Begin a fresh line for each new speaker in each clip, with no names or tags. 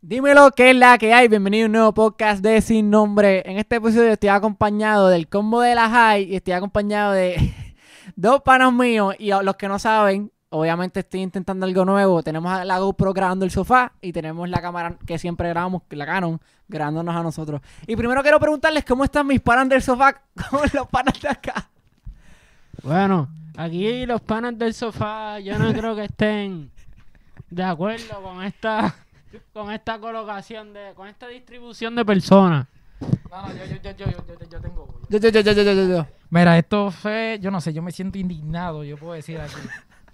Dímelo, ¿qué es la que hay? Bienvenido a un nuevo podcast de Sin Nombre. En este episodio estoy acompañado del combo de la high y estoy acompañado de dos panos míos. Y a los que no saben, obviamente estoy intentando algo nuevo. Tenemos a la GoPro grabando el sofá y tenemos la cámara que siempre grabamos, la Canon, grabándonos a nosotros. Y primero quiero preguntarles cómo están mis panas del sofá con los panas de acá.
Bueno, aquí los panas del sofá, yo no creo que estén de acuerdo con esta con esta colocación de con esta distribución de personas.
Yo, yo, yo, yo, yo, yo, yo.
Mira, esto fue, yo no sé, yo me siento indignado, yo puedo decir aquí.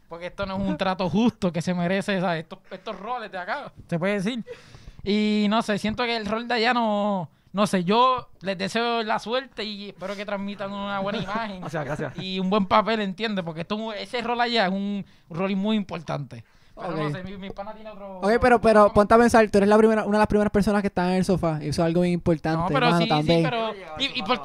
Porque esto no es un trato justo que se merece ¿sabes? Estos, estos roles de acá, se puede decir. Y no sé, siento que el rol de allá no, no sé, yo les deseo la suerte y espero que transmitan una buena imagen
Gracias, gracias.
y un buen papel, ¿entiendes? Porque esto, es un- ese rol allá es un rol muy importante. Pero
Ok.
no sé, mi, mi pana tiene otro...
Ok, pero, pero ponte a pensar, tú eres la primera, una de las primeras personas que están en el sofá. y Eso es algo bien importante.
No, pero
hermano,
sí, sí,
también.
pero... y- y por-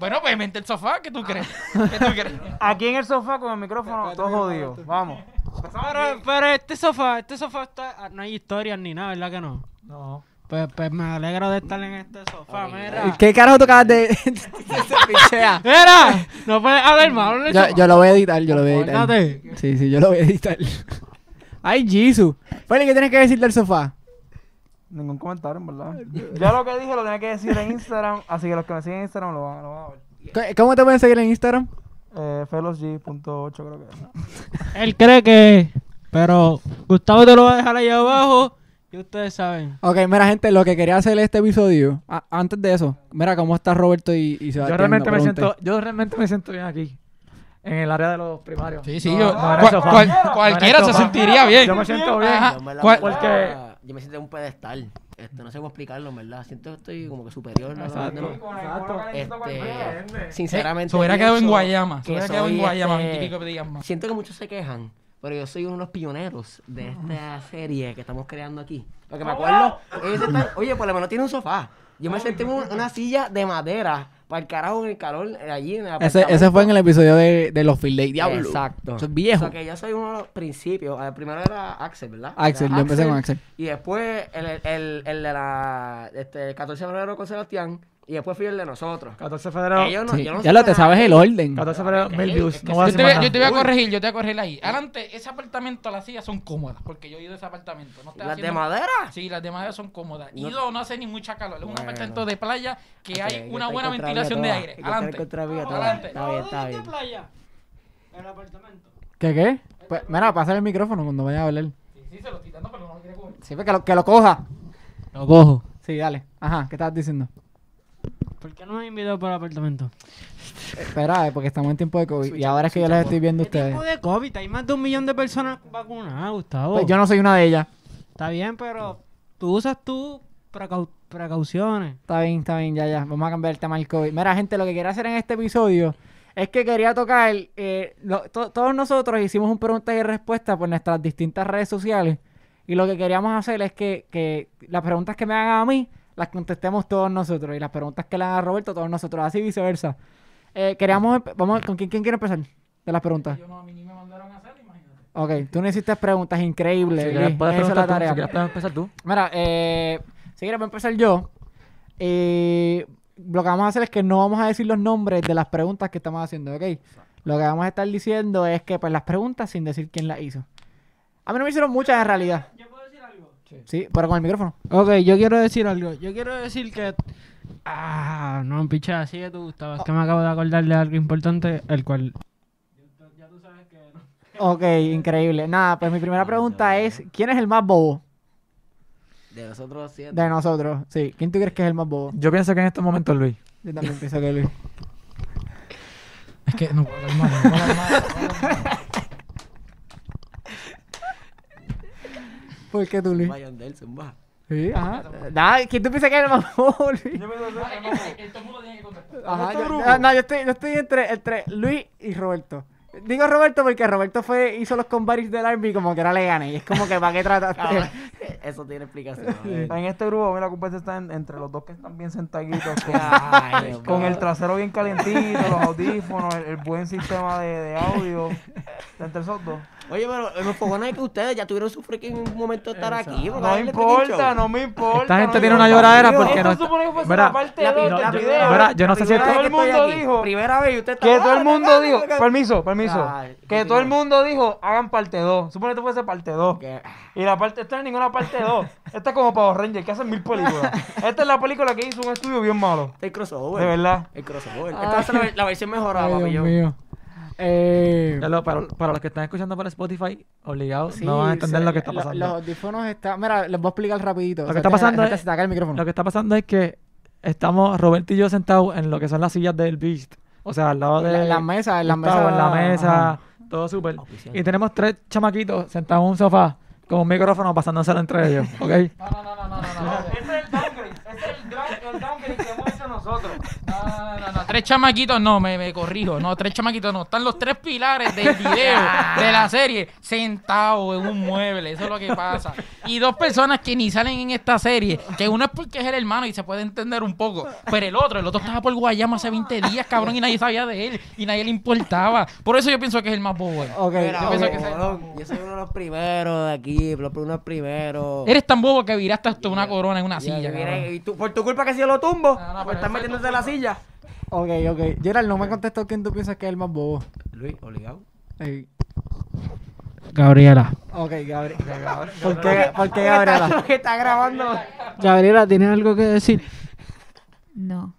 Bueno, pues mente el sofá, ¿qué
Ah.
tú crees? ¿Qué tú crees?
Aquí en el sofá con el micrófono, todo jodido. Vamos.
Pero, pero este sofá, este sofá está, ah, no hay historias ni nada, ¿verdad que no?
No.
Pues, pues me alegro de estar en este sofá, mira.
Eh, ¿Qué carajo tú acabas de.? Se pichea.
¡Mira! No puedes hablar más, habla del
yo,
sofá.
yo lo voy a editar, yo lo voy a editar.
Acuérdate.
Sí, sí, yo lo voy a editar. Ay, Jesus. Feli, ¿qué tienes que decir del sofá?
Ningún comentario, en verdad. Yo lo que dije lo tenía que decir en Instagram, así que los que me siguen en Instagram lo van, lo van a ver.
¿Qué- ¿Cómo te pueden seguir en Instagram?
Eh, FelosG.8 creo que es.
Él cree que pero Gustavo te lo va a dejar ahí abajo y ustedes saben.
Ok, mira, gente, lo que quería hacer este episodio, a- antes de eso, mira cómo está Roberto y, y Sebastián.
Yo realmente,
no
me
pregunté.
siento, yo realmente me siento bien aquí. En el área de los primarios.
Sí, sí,
No, no,
yo,
no,
cual-
sofá.
cual-
No, no,
cualquiera se
sofá.
sentiría bien.
Yo me siento bien.
Ajá.
Yo, en verdad,
¿Cuál-
me siento-
porque-
yo me siento en un pedestal. Este, no sé cómo explicarlo, en verdad. Siento que estoy como que superior. a los demás. Este, sinceramente.
Eh, Se hubiera quedado en
pienso
Guayama. Se
que
hubiera quedado
soy,
en Guayama.
este,
típico de Guayama.
Siento que muchos se quejan, pero yo soy uno de los pioneros de esta serie que estamos creando aquí. Porque me acuerdo, ellos están- oye, por lo menos tiene un sofá. Yo me senté en un- una silla de madera para el carajo en el calor eh, allí en el
Ese,
apartamento.
ese fue en el episodio de, de los Phil Day Diablo.
Exacto.
Eso es viejo.
O sea, que yo soy uno de los principios. El primero era Axel, ¿verdad?
Axel,
Era
yo empecé con Axel.
Y después el, el, el, el de la. Este, el 14 de febrero con Sebastián. Y después fui el de nosotros.
14 de febrero.
Ellos no-
Sí.
yo no
Ya
sé
lo te
nada.
sabes el orden.
14 de febrero, mil views. No voy a
Yo
decir
te, voy,
más
yo te
nada.
voy a corregir, yo te voy a corregir ahí. Adelante, ese apartamento, las sillas son cómodas. Porque yo he ido a ese apartamento. No estoy
Las de
haciendo-
madera.
Sí, las de madera son cómodas.
No-
Ido no hace ni mucha calor. Es un
Bueno.
apartamento de playa que
Ok,
hay
yo
una
estoy
buena
contra
ventilación de
vía
aire.
toda. Yo estoy
Adelante.
contra vía toda.
Adelante.
Está bien, está bien.
playa? El apartamento.
¿Qué qué? Pues, mira, pasa el micrófono cuando vaya a hablar.
Sí, sí, se lo estoy dando, pero no lo quiere comer.
Sí, pues que lo, que lo coja.
Lo cojo.
Sí, dale. Ajá, ¿qué estabas diciendo?
¿Por qué no me invitado para el apartamento?
Espera, eh, porque estamos en tiempo de COVID y ahora es que yo les estoy viendo a ustedes.
de COVID? Hay más de un millón de personas vacunadas, Gustavo.
Pues yo no soy una de ellas.
Está bien, pero tú usas tú precau- precauciones.
Está bien, está bien, ya, ya. Vamos a cambiar el tema del COVID. Mira, gente, lo que quería hacer en este episodio es que quería tocar. eh, lo- to- todos nosotros hicimos un pregunta y respuesta por nuestras distintas redes sociales. Y lo que queríamos hacer es que, que las preguntas que me hagan a mí las contestemos todos nosotros. Y las preguntas que le hagan a Roberto, todos nosotros. Así viceversa. Eh, queríamos. empe- Vamos, ¿Con quién, quién quiere empezar? De las preguntas.
Yo no, a mí ni me mandaron a hacer, imagínate.
Ok, tú no hiciste preguntas increíbles.
Si
Luis.
quieres, puedes
Esa es la
preguntar tú,
tarea.
si quieres, puedes empezar tú.
Mira, eh, si quieres voy a empezar yo. Eh, lo que vamos a hacer es que no vamos a decir los nombres de las preguntas que estamos haciendo, ¿ok? Lo que vamos a estar diciendo es que pues las preguntas sin decir quién las hizo. A mí no me hicieron muchas en realidad.
¿Yo puedo decir algo?
Sí, pero con el micrófono.
Ok, yo quiero decir algo. Yo quiero decir que... Ah, no, picha, sigue tú, Gustavo. Es que me acabo de acordar de algo importante, el cual...
Ok, increíble. Nada, pues mi
Ah,
primera pregunta es, ¿quién es el más bobo
De nosotros siete.
de nosotros? Sí, ¿quién tú crees que es el más bobo?
Yo pienso que en estos momentos, Luis.
Yo también pienso que Luis.
Es que no puedo hablar más, no puedo hablar más.
¿Por qué tú, Luis?
Zumba, Yandel, zumba.
Sí, ajá. Nada, ¿quién tú piensas que es el más bobo, Luis?
Todo el mundo tiene que contestar.
Ajá, yo, yo- no, yo estoy, yo estoy entre, entre Luis y Roberto. Digo Roberto porque Roberto fue, hizo los combatis del Army y como que era le gané. Y es como que para qué
Cabrón,
Ah,
trataste.
Ah, Eso tiene explicación.
En este grupo, a mí la competencia está en- entre los dos que están bien sentaditos,
Ah,
con,
Ay, Dios
con
mío.
el trasero bien calentito, los audífonos, el, el buen sistema de, de audio. Entre esos dos.
Oye, pero en los fogones que ustedes ya tuvieron su freaking momento de estar aquí. porque
No
ahora es el freaking
importa,
show.
no me importa.
Esta gente
no
tiene una
importa.
lloradera
Esto
porque no. está-
supone que fuese
Mira,
la parte
la
dos
primera-
del
la
video.
primera- yo no sé si
Que
esto-
todo el mundo dijo.
Primera vez y usted está.
Que todo el
"Ah,
mundo
cagando,
dijo.
cagando".
Permiso, permiso.
Ay,
Que todo el mundo dijo, hagan parte 2. Supone que esto fuese parte 2.
Que- ah,
Y la parte, esta no es ninguna parte 2. Esta es como Power Rangers, que hacen mil películas. Esta es la película que hizo un estudio bien malo.
El crossover.
De verdad.
El crossover. Esta es la, la versión mejorada,
Ay,
papi.
Dios
yo.
mío. Eh,
Ya lo- Para, para los que están escuchando por Spotify, obligados,
Sí,
no van a entender
se-
lo que está
lo-
pasando.
Los audífonos están. Mira, les voy a explicar rapidito.
Lo que está pasando
es.
es-
Se te acaba el micrófono.
Lo que está pasando es que estamos Roberto y yo sentados en lo que son las sillas del Beast. O sea, al lado de.
La- Las mesas, en las mesas.
Gustavo, en la mesa,
ajá.
todo súper.
Oficial.
Y tenemos tres chamaquitos sentados en un sofá con un micrófono pasándoselo entre ellos, ¿ok?
No, no, no, no, no, no, no.
Ese es el downgrade. Ese es el, down- el downgrade que hemos hecho nosotros.
No, no, no, no, tres chamaquitos no, me, me corrijo. No, tres chamaquitos no. Están los tres pilares del video, de la serie, sentados en un mueble. Eso es lo que pasa. Y dos personas que ni salen en esta serie. Que uno es porque es el hermano y se puede entender un poco. Pero el otro, el otro estaba por Guayama hace 20 días, cabrón, y nadie sabía de él. Y nadie le importaba. Por eso yo pienso que es el más bobo.
Ok,
Mira,
ok.
pienso
ojo,
que se-
cabrón, yo soy uno de los primeros de aquí, uno de los primeros.
Eres tan bobo que viraste hasta una corona en una
Ya,
silla,
yo vine-
cabrón.
y tú- por tu culpa que si yo lo
No,
tumbo,
no,
por
pero
estar
eso es
metiéndote
tu
en la silla.
Ok, ok. Gerald, no me contestó quién tú piensas que es el más bobo.
Luis, obligado.
Ey.
Gabriela.
Ok, Gabriel. ¿Por qué, ¿Por qué Gabriela?
Lo que está grabando.
Gabriela, ¿tienes algo que decir?
No.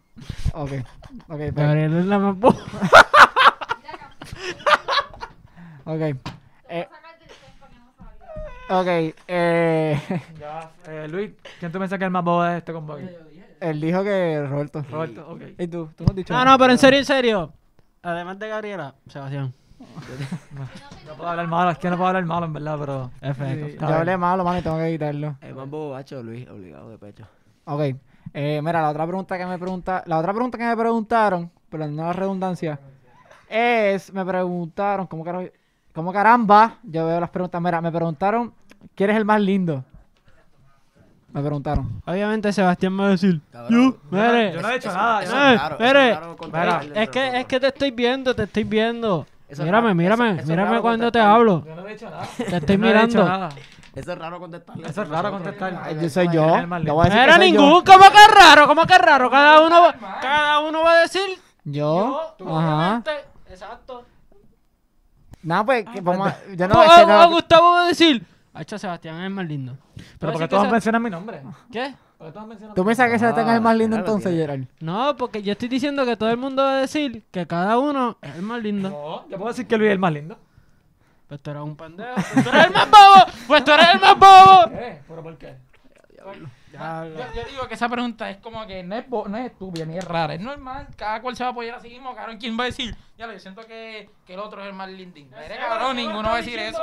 Ok, ok, pero-
Gabriela es la más boba.
ok. Eh, ok, eh,
Eh, Luis, ¿quién tú piensas que es el más bobo de este convoy?
él dijo que Roberto.
Roberto, ok.
¿Y tú? ¿Tú no has dicho
No,
nada.
no, pero en serio, en serio. Además de Gabriela, Sebastián.
No puedo hablar malo, es que no puedo hablar malo, en verdad, pero...
Perfecto.
Yo hablé malo, mano, y tengo que editarlo.
El más bobacho, Luis, obligado de pecho.
Ok. Eh, mira, la otra pregunta que me pregunta, la otra pregunta que me preguntaron, pero no la redundancia, es, me preguntaron, ¿cómo, caro- cómo caramba? Yo veo las preguntas, mira, me preguntaron, ¿quién es el más lindo? Me preguntaron.
Obviamente Sebastián me va a decir.
Cabrón.
"Yo, mire,
Yo no he hecho nada,
eso
yo-
no-
es raro, eso
mire,
es raro
mira,
contestarle
Eh, es que,
entre
es que te estoy viendo, te estoy viendo.
Eso es
mírame,
raro,
mírame,
eso- eso es
mírame
raro
cuando te
contestar.
hablo.
Yo no he hecho nada.
Te estoy
No he hecho
mirando.
nada.
nosotros. Eso es raro contestarle.
Eso es raro contestar.
Yo soy yo.
¿Quién es el más
yo
lindo?
voy a decir que
Era
soy yo.
ningún, ¿cómo que raro? ¿Cómo que raro? Cada uno va, cada uno va a decir.
Yo.
tú,
Ajá.
obviamente, Exacto.
No, pues, que vamos a- yo no
O-
es que no-
o- o Gustavo va a decir. Hacho, Sebastián es el más lindo.
Pero
Voy a
porque
decir
todos
que
mencionan mi nombre.
Seb- ¿Qué?
Porque todos mencionan
¿Tú piensas que se tenga el más lindo
Ah, claro,
entonces,
tiene.
Gerald?
No, porque yo estoy diciendo que todo el mundo va a decir que cada uno es el más lindo.
No, yo puedo decir que Luis es el más lindo.
Pues tú eres un pendejo. Pues tú eres el más bobo. Pues tú eres el más bobo.
¿Qué? ¿Pero por qué?
Yo, yo digo que esa pregunta es como que no es, bo- no es estúpida ni es rara, es normal. Cada cual se va a apoyar a sí mismo, cabrón. ¿Quién va a decir? Ya lo, yo siento que, que el otro es el más lindín. Mire, cabrón, ninguno va a decir eso.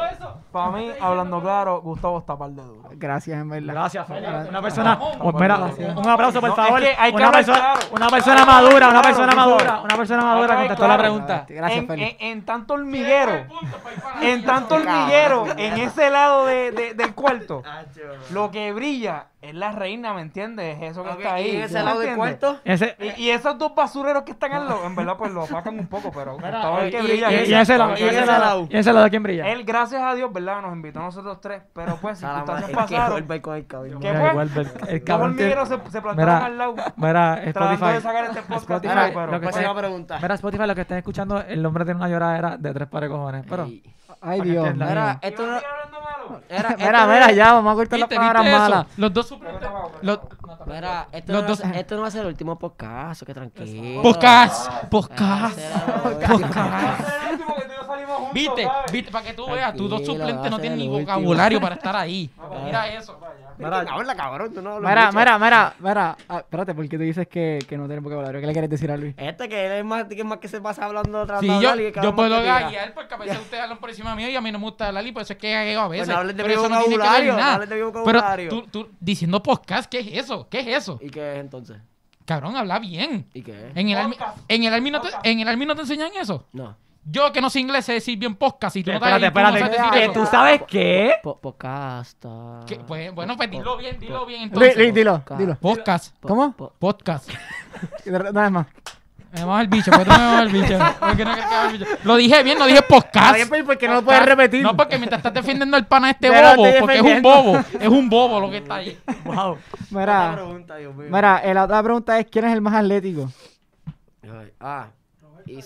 Para mí, hablando claro, Gustavo está par de duro.
Gracias, en verdad.
Gracias, Feli. Una persona. Oh, mira,
Gracias.
un aplauso, por
No,
favor.
es que hay que
Una
hablar
persona,
claro.
una persona
Hay que hablar
madura, una
claro,
persona
por
madura,
favor.
una persona
Hay que
madura
hablar
contestó la
claro.
pregunta.
Gracias,
en,
Feli.
en- en tanto hormiguero, en tanto
Cabrón,
hormiguero,
puñeta.
en ese lado de, de- del cuarto,
Ah,
lo que brilla es la reina, ¿me entiendes? Es Eso que
Ok,
está ahí.
¿Y
¿me
ese lado del
entiendes?
cuarto?
Ese,
Y, y esos dos basureros que están en lo, en verdad, pues lo opacan un poco, pero Gustavo es el que
y-
brilla.
y,
aquí.
y ese lado,
Ok,
y ese
ese
lado,
lado.
y ese lado, ¿quién brilla?
Él, gracias a Dios, ¿verdad? Nos invitó a nosotros tres, pero pues
Salamá,
circunstancias
el que
pasaron.
vuelve con el cabello.
¿Qué
Mira,
fue?
igual, el- el
Los
cabrón tiene-
hormigueros se, se plantaron
Mira,
al lado,
mira,
tratando de
Spotify.
sacar este podcast,
Spotify,
pero...
lo que
Pues
sea.
iba a preguntar.
Mira, Spotify, lo que estén escuchando, el hombre tiene una lloradera de tres pares de cojones. Pero,
Ey.
Para
Ay,
que
Dios.
entiendan.
Mira,
Mira, esto no...
hablando malo?
Era,
mira, mira, ya, vamos a cortar las
¿Viste?
palabras
¿Viste eso?
malas.
Los dos suplentes. Los,
Mira, esto,
Los
no
dos-
va a ser- esto no va a ser el último podcast, así que tranquilo.
podcast,
Ah,
podcast,
será el último.
podcast.
Era el último que tú y yo salimos juntos,
Viste,
¿sabes?
viste, para que tú veas, tus dos
Tranquilo, va
suplentes
a
no
ser
tienen
el
ni
último.
vocabulario para estar ahí.
Ah,
Mira eso.
Habla, cabrón, tú no hablas
Mira,
mucho.
mira, mira, mira. Ah, espérate, ¿por qué tú dices que, que no tenemos vocabulario? ¿Qué le quieres decir a Luis?
Este que él es más que, es más que se pasa hablando tras
Sí,
de
yo,
hablar y que
yo
cada
puedo
uno te tira.
gaguear porque a veces ustedes hablan por encima mío y a mí no me gusta hablar y por eso es que gagueo a veces.
Pues no hables de
pero
mi
eso no tiene que ver
vocabulario, no
nada.
hables de mi
Pero
vocabulario.
tú, tú diciendo podcast, ¿qué es eso? ¿Qué es eso?
¿Y qué es entonces?
Cabrón, habla bien.
¿Y qué es?
En el, army, en, el army no te, en el army no te enseñan eso.
No.
Yo que no sé inglés sé decir bien podcast y tú no
espérate,
sabes- tú no
espérate,
sabes
que
decir eso.
tú sabes qué.
Po- Podcasta.
Que- pues, bueno, pues dilo bien, dilo bien
Luis,
entonces.
Luis, dilo,
Podcast.
dilo.
Podcast,
Po-
¿Cómo?
po-
podcast.
Una vez más.
Me mamas el bicho, ¿por qué tú me mamas el bicho? ¿Por qué no crees que me mamas el bicho? Lo dije bien, lo dije podcast.
Está
pues,
bien, ¿Por qué no lo puedes repetir?
No, pues- porque mientras estás defendiendo el pana este
Pero
bobo,
estoy
porque es un
defendiendo.
bobo, es un bobo lo que está ahí.
Wow. Otra
Mira,
pregunta, Dios mío.
mira, eh, la otra pregunta es: ¿quién es el más atlético?
Ay, Ah. Y-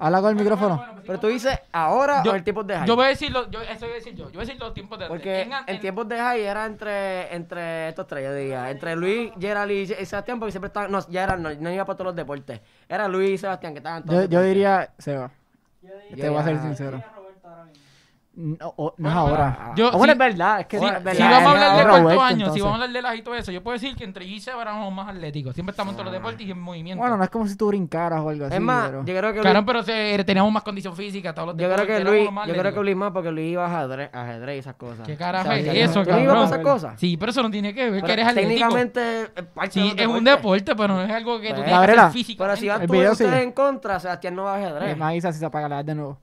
Habla con el micrófono.
Pero tú dices ahora
Yo-
o el tiempo de high.
Yo voy a decir, lo- yo, eso voy a decir yo, yo voy a decir los tiempos de antes.
Porque
En- en-
el tiempo de high era entre, entre estos tres, yo diría. Entre Luis, Gerald y y Sebastián, porque siempre estaban. No, Gerald no, no iba para todos los deportes. Era Luis y Sebastián que estaban en todos
Yo,
los
yo
deportes.
diría, Seba,
Yo
te voy a ser
diría-
sincero. No, o- no es ahora.
Yo-
Ah, bueno,
sí-
es verdad, es que
Si,
es verdad,
si vamos a hablar
es
de
Roberto,
cuarto año, si
entonces.
vamos a hablar de las y todo eso, yo puedo decir que entre Gise éramos los más atléticos. Siempre estamos en todos los
Ah.
deportes y en movimiento.
Bueno, no es como si tú brincaras o algo así.
Es más,
pero-
yo creo que Luis.
Claro, pero se- er, teníamos más condición física, todos los
yo creo
deportes,
que
éramos
Luis,
los más
yo creo que
atléticos.
Luis más porque Luis iba a ajedrez, ajedrez y esas cosas.
¿Qué carajo
¿Sabes?
es eso,
Yo no iba para
cabrón?
esas cosas.
Sí, pero eso no tiene que ver que
Pero
eres atlético.
Técnicamente es parte de
Sí,
los
es un
deportes.
deporte, pero no es algo que tú
Pues,
tienes que
Gabriela,
hacer físico.
Pero si
Pero,
van
El
tú y
video
ustedes
sí.
en contra, Sebastián no va a ajedrez.
Eh, me avisa si se apaga la luz de nuevo.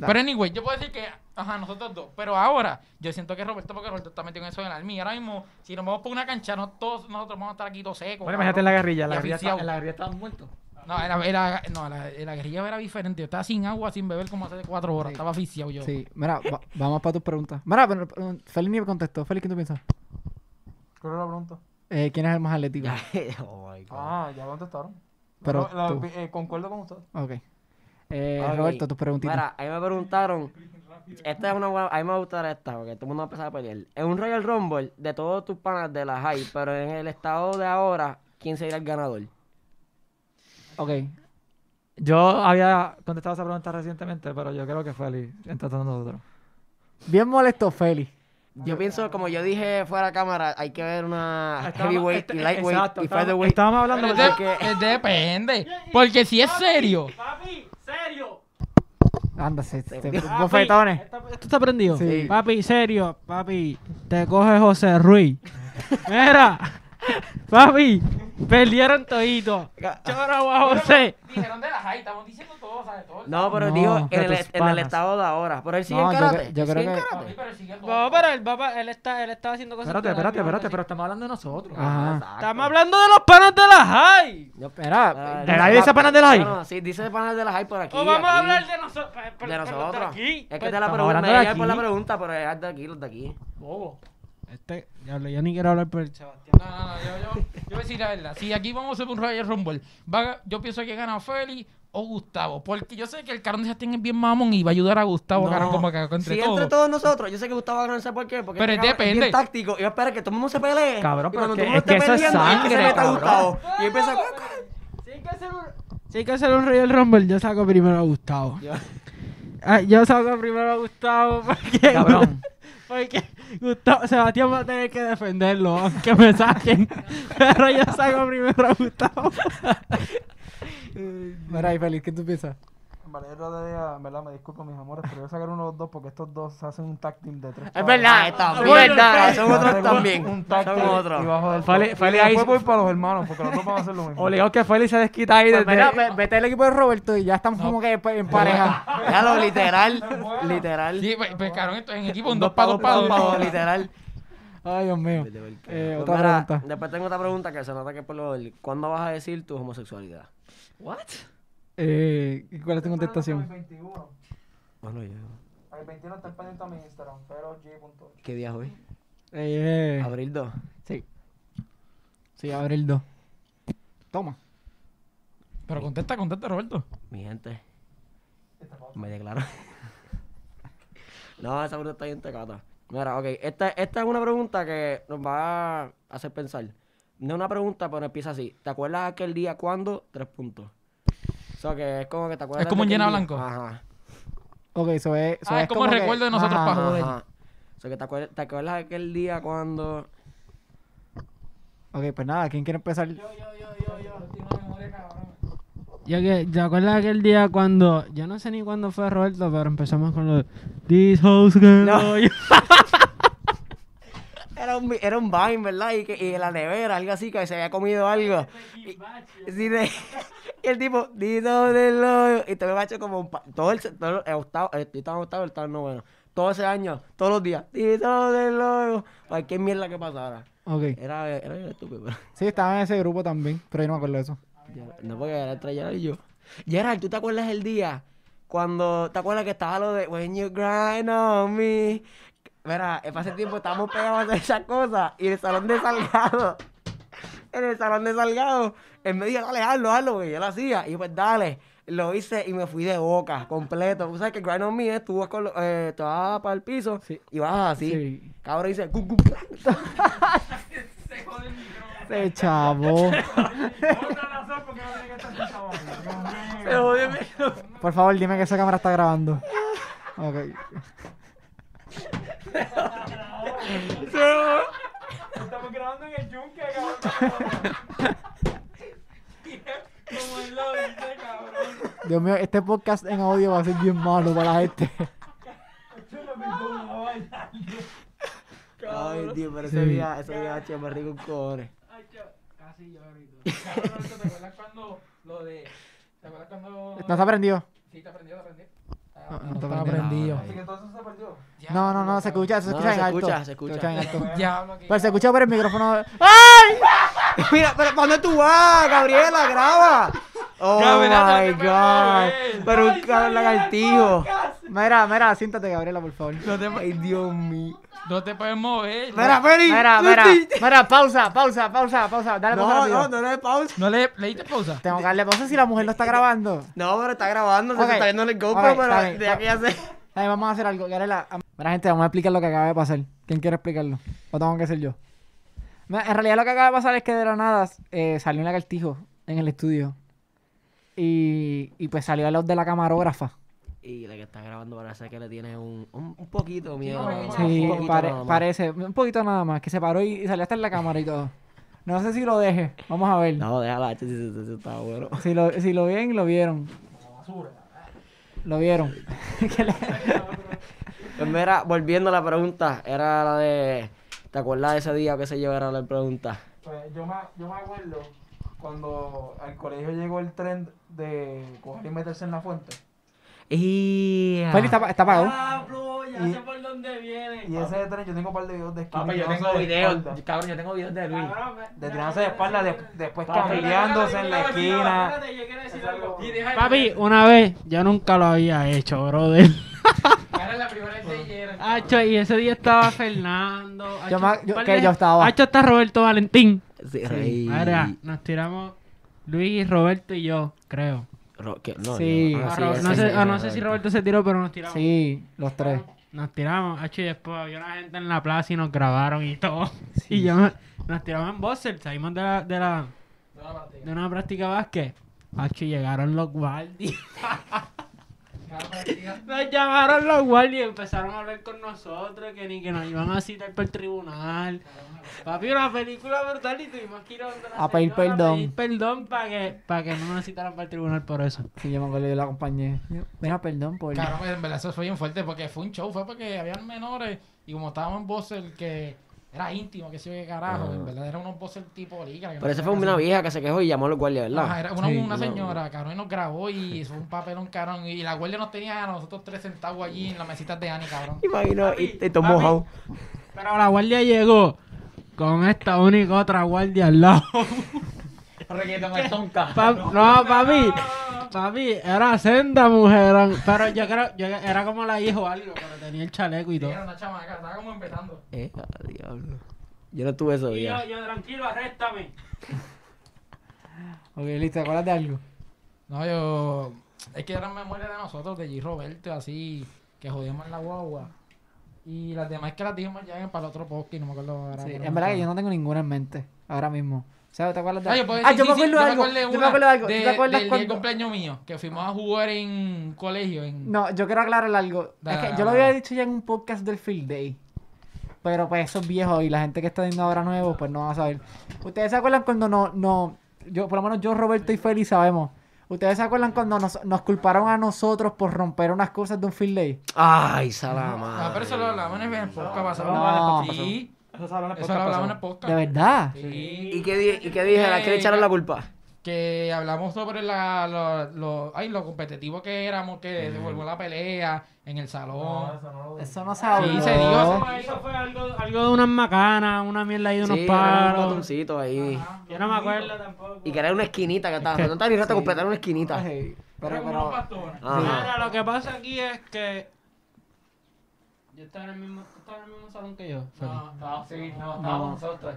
anyway, yo puedo decir que, ajá, nosotros dos. Pero ahora, yo siento que Roberto, porque Roberto está metido en eso en el army. Y Ahora mismo, si nos vamos por una cancha, no todos nosotros vamos a estar aquí todos secos.
Bueno, imagínate en
cabrón.
la guerrilla. La
Y
guerrilla,
asfixiado.
está- en la guerrilla estaban muertos.
No, era, era- no la, la guerrilla era diferente. Yo estaba sin agua, sin beber como hace cuatro horas. Estaba asfixiado yo.
Sí, mira, va- vamos para tus preguntas. Mira, pero, pero, Félix ni me contestó. Félix, ¿qué tú piensas?
Creo que la pregunta.
Eh, ¿Quién es el más atlético?
Oh my God.
Ah, ya contestaron.
Pero
No, la-
tú.
eh, concuerdo con usted.
Ok. Eh,
Ah, Ok.
Roberto, tus preguntitas.
Mira, ahí me preguntaron. Esta es una buena. A mí me va a gustar esta porque todo el mundo va a empezar a pelear. En un Royal Rumble de todos tus panas de la high, pero en el estado de ahora, ¿quién sería el ganador?
Ok.
Yo había contestado esa pregunta recientemente, pero yo creo que fue Ali, entre todos nosotros.
Bien molesto, Félix.
Yo pienso, como yo dije fuera de cámara, hay que ver una
Estábamos-
heavyweight
este-
y lightweight
exacto,
y
estábamos-
featherweight.
Estábamos hablando
Pero
porque-
es de- es depende. Porque si es serio.
Papi, serio.
Ándase, este,
Dios.
bu- bofetones.
Esto, esto está prendido.
Sí.
Papi, serio. Papi, te coge José Ruiz. Mira. Papi, perdieron todito. Chora a José.
Dijeron de la high, estamos diciendo todo, ¿sabes? Todo.
No, pero
No,
digo en
de
el,
tus
en el
panas.
estado de ahora. Pero él sigue
No,
en
yo
karate.
cre- yo
él
creo
sigue en
que-
karate.
pero sigue todo.
No, pero el papá, él está, él está haciendo cosas.
Espérate,
todas las
espérate, espérate,
mismas
pero
cosas.
estamos hablando de nosotros.
Ajá.
Ah, Exacto.
Estamos hablando de los panas de la high.
Yo-
Mira,
Ah,
¿de nadie dice panas de la Pues high?
No, no, sí, dice panas de la high por aquí.
O vamos a
aquí,
hablar de nosotros. pero- pero-
de
pues,
pero
nosotros.
aquí. Pues,
es que
Pero-
te la
estamos
pregunta,
hablando
me
de
llega por la
aquí.
pregunta, pero es de aquí, los de aquí.
Bobo.
Este, diablo, yo ni quiero hablar por el Sebastián.
No, no, no, yo, yo, yo voy a decir la verdad. Si aquí vamos a hacer un Royal Rumble, va- yo pienso que gana Félix o Gustavo. Porque yo sé que el carón de Sebastián es bien mamón y va a ayudar a Gustavo,
No.
carón, como que entre
sí,
todos.
entre todos nosotros. Yo sé que Gustavo va a ganar, ¿sabes por qué? Porque
Pero
este cabrón
depende.
Es bien táctico. Y va a esperar que todo el mundo se pelee.
Cabrón,
y
pero
cuando
que-
todo el mundo
es que
esté
eso es
peleando, ahí que se
sangre,
meta
cabrón.
Gustavo. Y empieza a...
Si hay que hacer un, si hay que hacer un Royal Rumble, yo saco primero a Gustavo. Ah, Yo saco primero a Gustavo porque,
Cabrón.
porque Gustavo, Sebastián va a tener que defenderlo, aunque me saquen. Pero yo saco primero a Gustavo.
mira, y Félix, ¿qué tú piensas?
En verdad, yo te diría, en verdad, me disculpo, mis amores, pero yo sacar uno de los dos porque estos dos se hacen un tag team de tres.
Es
chavales.
verdad, está, es
Ah, bueno,
verdad. Son
Vamos a
otros
hacer un-
también.
Un tag
Son
team y
otros.
bajo del
Fale-
todo.
Fale
Y
ahí-
después voy para los hermanos porque los dos van a hacer lo mismo.
Obligado que Félix se desquita ahí desde...
Pues mira, ve- vete al equipo de Roberto y ya estamos como que en pareja.
Ya lo literal, literal.
Sí, pues, pues, cabrón, esto es en equipo, un 2 para 2 para
dos, pa' dos,
2.
literal.
Ay, Dios mío. Eh,
Pues
otra
mira,
pregunta.
Después tengo otra pregunta que se nota que es por lo del- ¿Cuándo vas a decir tu homosexualidad? ¿What?
Eh, ¿Cuál es tu contestación?
21.
Bueno, yo.
El 21 está pendiente a mi Instagram, pero G.8.
¿Qué día es hoy?
Eh, eh,
Abril 2.
sí. Sí, abre el 2. Toma.
Pero contesta, contesta, Roberto.
Mi gente. Me declaro. no, esa pregunta está bien tecata. Mira, ok. Esta, esta es una pregunta que nos va a hacer pensar. No es una pregunta, pero empieza así. ¿Te acuerdas aquel día cuándo? Tres puntos. O sea, que es como que te acuerdas.
Es como
de
un
aquel
llena
día.
blanco.
Ajá.
Ok, eso es. eso
Ah, es como el
que-
recuerdo de nosotros
ajá,
para joder.
Ajá. O sea, que te acuerdas, te acuerdas aquel día cuando.
Ok, pues nada, ¿quién quiere empezar?
Yo que, ¿Te acuerdas aquel día cuando, yo no sé ni cuándo fue Roberto, pero empezamos con los This house girl.
No.
yo-
Era un, era un Vine, ¿verdad? Y, que, y en la nevera, algo así, que se había comido algo. Y, sí, de- y el tipo, Dino del hoyo. Y te me macho como un pa- todo el, todo el octavo, el, yo estaba en octavo, él estaba en noveno. Todo ese año, todos los días, Dino del hoyo. Cualquier mierda que pasara.
Ok.
Era, era estúpido. pero-
Sí, estaba en ese grupo también, pero yo no me acuerdo de eso.
Gerard- No, porque Gerard trae Gerard y yo. Gerard, ¿tú te acuerdas el día cuando te acuerdas que estaba lo de When You Grind on Me? Mira, eh, para ese tiempo estábamos pegados a esas cosas y en el salón de Salgado. En el salón de Salgado, él me dijo, dale, hazlo, hazlo, porque yo lo hacía. Y pues, dale, lo hice y me fui de boca, completo. Tú sabes que Grind on Me es, tú vas, con lo- eh, te vas para el piso y vas así.
Sí.
Cabrón dice, "Gu, gu, gu".
Se chavo. Por favor, dime que esa cámara está grabando. Ok.
Estamos grabando en el yunque, cabrón. Como él lo dice, cabrón.
Dios mío, este podcast en audio va a ser bien malo para la gente.
Yo lo me a bailar.
Ay, tío, pero ese día, ese día, che, me rico un cojones.
Casi lloro y todo. Cabrón, ¿te acuerdas cuando lo de. ¿Te acuerdas cuando.?
¿No has aprendido?
Sí, te aprendió, te aprendió.
No, no
te
está aprendido.
aprendió.
Así que todo eso se perdió.
No, no, no, se escucha, se
No,
escucha
se
en alto.
escucha, se escucha.
en alto.
Diablo, que.
Pero se escucha por el micrófono. ¡Ah! ¡Ay!
Mira, pero ¿cuándo tú vas, Gabriela? Graba. Oh
Gabriela,
my
no te muevas.
God. Pero un cabrón lagartijo.
Mira, mira, siéntate, Gabriela, por favor.
Ay, Dios mío.
No te puedes mover.
Mira, Feli.
Mira, mira, mira, pausa, pausa, pausa, pausa. Dale pausa.
No,
rápido.
no, no Eh, le des pausa.
No le, le diste pausa.
Tengo que darle pausa si la mujer lo está grabando.
No, pero está grabando, se
Ok.
te está viendo en el GoPro,
Ok,
pero
está bien.
deja que ya se.
A ver, vamos a hacer algo. Gabriela, am- mira, gente, vamos a explicar lo que acaba de pasar. ¿Quién quiere explicarlo? ¿O tengo que ser yo? Mira, En realidad lo que acaba de pasar es que de la nada eh, salió un lagartijo en el estudio. Y, y pues salió al lado de la camarógrafa.
Y la que está grabando parece que le tiene un, un, un poquito de miedo. nada más,
Sí,
un poquito
pare-
nada más.
parece. Un poquito nada más. Que se paró y, y salió hasta en la cámara y todo. No sé si lo deje. Vamos a ver.
No, déjala, che, sí, sí, sí, sí, está bueno.
Si, lo, si lo ven, lo vieron. Lo vieron. Que le-
Pues mira, volviendo a la pregunta, era la de. ¿Te acuerdas de ese día o qué sé yo? Era la pregunta.
Pues yo me, yo me acuerdo cuando al colegio llegó el tren de coger y meterse en la fuente.
Y. ah,
Feli, está, pa- está apagado.
Y-
por dónde viene.
Y ese tren, Ah. pues yo tengo un par de videos de esquina.
Papi, yo
tirándose
tengo
de
videos.
espalda.
Cabrón, yo tengo videos de Luis.
De tirarse de espalda, de- después
Papi.
cambiándose en la esquina.
Y deja-
Papi, una vez, yo nunca lo había hecho, brother.
Era la primera vez de ayer.
Hacho, y ese día estaba Fernando.
Yo
hacho,
me-
un
yo-
par
que
de-
yo estaba.
Hacho está Roberto Valentín.
Sí, reí.
Mira, nos tiramos Luis, Roberto y yo, creo.
Ro- que- no,
Sí.
yo- ah,
O
sí,
Ro-
ese
no sé,
sí,
o no sé si Roberto se tiró, pero nos tiramos.
Sí, los tres.
Nos tiramos, hacho, y después había una gente en la plaza y nos grabaron y todo. Y yo me- nos tiramos en boxer, salimos de la, de la de una práctica de básquet. Hacho, y llegaron los guardias. nos llamaron los guardias y empezaron a hablar con nosotros, que ni que nos iban a citar por el tribunal. Papi, una película brutal y tuvimos que ir a donde la
A pedir
señora
perdón.
pedir perdón para que, para que no nos citaran para el tribunal por eso.
Sí, yo me acuerdo, yo la acompañé. Yo, Mira, perdón por...
Cabrón, pues, en verdad eso fue bien fuerte porque fue un show, fue porque habían menores y como estábamos en voces que era íntimo, que sé yo qué carajo, en verdad eran unos voces tipo liga.
Ah. Pero esa fue una vieja que se quejó y llamó a los guardias, ¿verdad?
Ajá, era una,
Sí,
una
no.
señora, cabrón, y nos grabó y eso fue un papelón, cabrón. Y la guardia nos tenía a nosotros tres sentados allí en las mesitas de Ani, cabrón.
Imagino, y, y
papi.
tomó mojado.
Pero la guardia llegó con esta única otra guardia al lado.
Requieto el tonca.
Pa- no, papi. Papi, era senda, mujerón. Pero yo creo, yo- era como la hija o algo, pero tenía el chaleco y todo.
Era una chamaca, estaba como empezando.
Eh, ah, diablo. Yo no tuve eso, ya.
tranquilo, arréstame.
Ok, listo, ¿te acuerdas de algo?
No, yo. Es que eran memorias de nosotros, de G. Roberto, así, que jodíamos en la guagua. Y las demás que las dijimos ya para el otro podcast, no me acuerdo ahora.
Sí,
pero
en
me
verdad que
acuerdo.
yo no tengo ninguna en mente ahora mismo. ¿Sabes? ¿Te acuerdas de
Ah, yo puedo
Ah,
decir,
yo me
sí, sí,
acuerdo de algo.
acordé
Yo me
una
acuerdo de algo. ¿Tú
de-
te acuerdas
del día del
cuando.?
cumpleaños mío, que fuimos a jugar en colegio. En...
No, yo quiero aclarar algo.
Dale,
es que
dale,
yo lo
dale.
había dicho ya en un podcast del Field Day. Pero pues esos viejos y la gente que está viendo ahora nuevo, pues no va a saber. ¿Ustedes se acuerdan cuando no, no, yo, por lo menos yo, Roberto y Feli sabemos. ¿Ustedes se acuerdan cuando nos, nos culparon a nosotros por romper unas cosas de un Field Day?
Ay, salama.
Ah, pero eso lo hablamos en el podcast pasado.
No.
Sí,
Eso se habla en el
eso
podcast
lo hablamos en
pasado.
el
De
podcast.
verdad.
Sí.
¿Y qué, di- ¿Y qué dije? ¿A quién le echaron la culpa?
que hablamos sobre la, lo, lo- ay, lo competitivo que éramos, que se volvió la pelea en el salón.
Eso no se
Sí, se dio. se-
Eso fue algo, algo de unas macanas, una mierda ahí de unos
Sí, era un
paros.
botoncito ahí.
Yo no me acuerdo tampoco.
Y que era una esquinita que estaba. No estaba ni rato completar una esquinita.
Ey,
Era
Pero,
como unos
pero,
pastones.
Ajá.
Mira, lo que pasa aquí es que. Yo estaba en el mismo, tú estabas en el mismo salón que yo.
No, no, sí, no, estábamos nosotros.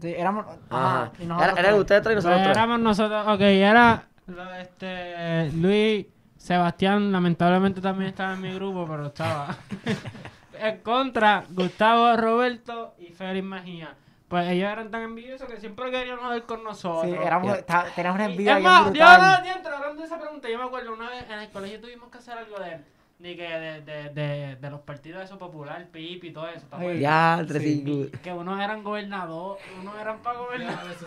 Sí, éramos.
Ajá.
Ajá. Y
Era,
nosotros
era de
tres.
ustedes tres y
Pues
nosotros tres.
éramos nosotros. Ok, era. lo- Este, Luis, Sebastián, lamentablemente también estaba en mi grupo, pero estaba. en contra, Gustavo, Roberto y Félix Mejía. Pues ellos eran tan envidiosos que siempre querían joder con nosotros.
Sí, éramos,
Ya.
está- teníamos una
Y-
envidia
es
bien
más, yo no,
brutal.
diantre, hablando de esa pregunta, yo me acuerdo una vez en el colegio tuvimos que hacer algo de, de, que- de, de, de, de los partidos de eso popular, PIP y todo eso. ¿te acuerdas?
Ya, entre cinco.
Que unos eran gobernador, unos eran para gobernar.
pues
Tú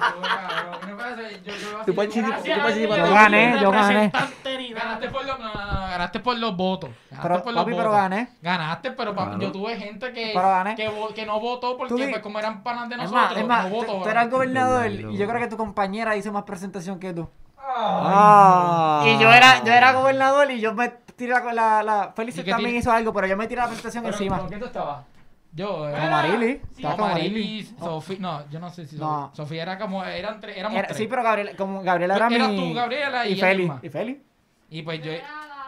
participas- tú
Gracias a Dios,
participas.
Yo gané, yo gané.
representante ni nada.
Ganaste por los, no, no, no, ganaste por los votos. Ganaste
Pero,
por los
papi, pero
votos.
gané.
Ganaste, pero papi,
Claro.
yo tuve gente que,
Pero gané.
que, vo- que no votó porque
Tú di-
pues, como eran panas de
Es
nosotros,
más, es más,
no
tú,
votó.
tú eras
bro.
gobernador
Verdad,
y yo creo que tu compañera hizo más presentación que tú.
Ah.
Y yo era, yo era gobernador y yo me tiré la. la, la- Félix
¿Y qué
también
tiene?
hizo algo, pero yo me tiré la presentación
Pero,
encima.
¿con quién tú estabas? Yo,
Como
era
Marili. Estaba como Marili.
Marilis, Sofía, no, yo no sé si
No.
Sofía, Sofía era como, eran tres, éramos
Era-
tres.
sí, pero Gabriela, como Gabriela era
Eras
mi.
tú, Gabriela, y
Félix.
Alma.
¿Y Félix?
Y pues yo,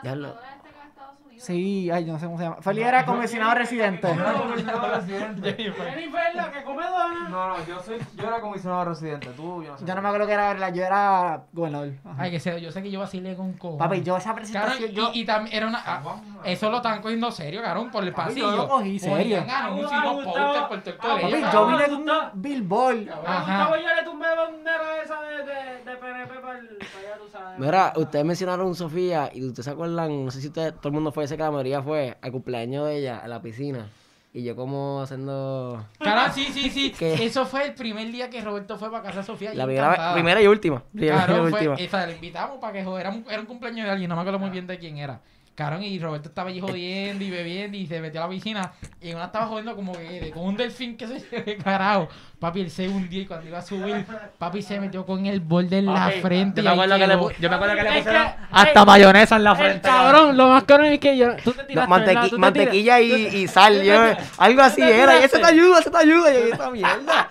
Ya lo-
Sí, ay, yo no sé cómo se llama. Félix era como comisionado residente.
Jennifer, la que come donas.
No, no, yo soy, yo era comisionado residente, tú, yo no sé.
Yo no me acuerdo que era Gabriela, yo era gobernador. Ajá.
ay, que sé, yo sé que yo vacilé con cojones.
Papi, yo esa
Cabrón,
presentación,
y-
yo.
y, también era una. ah, eso lo están cogiendo serio, cabrón, por el
Papi,
pasillo.
yo lo cogí serio.
Ponían anuncios,
Ah,
póster
Gustavo.
por todo el
Ah,
colegio,
Papi, yo
cabrón.
vine con un billboard.
A
Ajá.
Gustavo yo le tumbé bandera esa de, de, de PNP para allá, tú sabes.
Mira, ustedes mencionaron Sofía y ustedes se acuerdan, no sé si ustedes, todo el mundo fue, sé que la mayoría fue al cumpleaños de ella, a la piscina. Y yo como haciendo...
Cabrón, sí, sí, sí.
¿Qué?
Eso fue el primer día que Roberto fue para casa de Sofía. yo
La primera, vez-
encantada.
primera y última. Primera y
Cabrón,
última.
fue, esa, le invitamos para que jodéramos. Era un cumpleaños de alguien, no me acuerdo
Ah.
muy bien de quién era. Cabrón, y Roberto estaba allí jodiendo y bebiendo y se metió a la piscina. Y en una estaba jodiendo como que de- con un delfín que se lleve carajo. Papi, él se hundió y cuando iba a subir, papi se metió con el borde en la frente.
yo
y
me
ahí
acuerdo que le
quedó.
pu- yo me acuerdo que le
Es
pusieron
que-
Hasta
ey,
mayonesa en la
El
frente.
cabrón, lo más cabrón es que yo. Tú te tiraste. ¿verdad?
no, mantequi-
Tú te
mantequilla y, y sal. yo- algo así
te
era. Y eso
tiraste?
te ayuda, eso te ayuda. Y yo, esta mierda.
tira-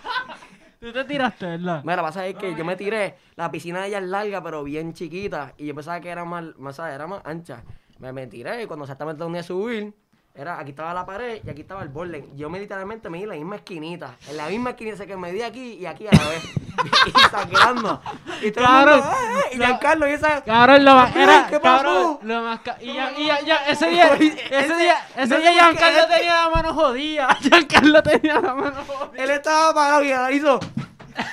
Tú te tiraste, ¿verdad?
Mira, pasa es que yo me tiré, la piscina de ella es larga, pero bien chiquita, y yo pensaba que era más, más, ¿sabes? era más ancha. Me, me tiré, y cuando exactamente donde subir, era, aquí estaba la pared y aquí estaba el borde. Yo me literalmente me di en la misma esquinita, en la misma esquinita, sé que me di aquí y aquí a la vez. y sangrando. Y todo el mundo,
Cabrón.
"Ay", y Giancarlo, y esa...
Cabrón, lo más.
Ay,
Era,
¿qué
cabrón,
pasó?
lo más. ca- Y ya, y ya, ya, ese día. Ese día, ese
no
día,
sé por qué-
Giancarlo tenía la mano jodida. Giancarlo tenía la mano jodida.
Él estaba parado y la hizo...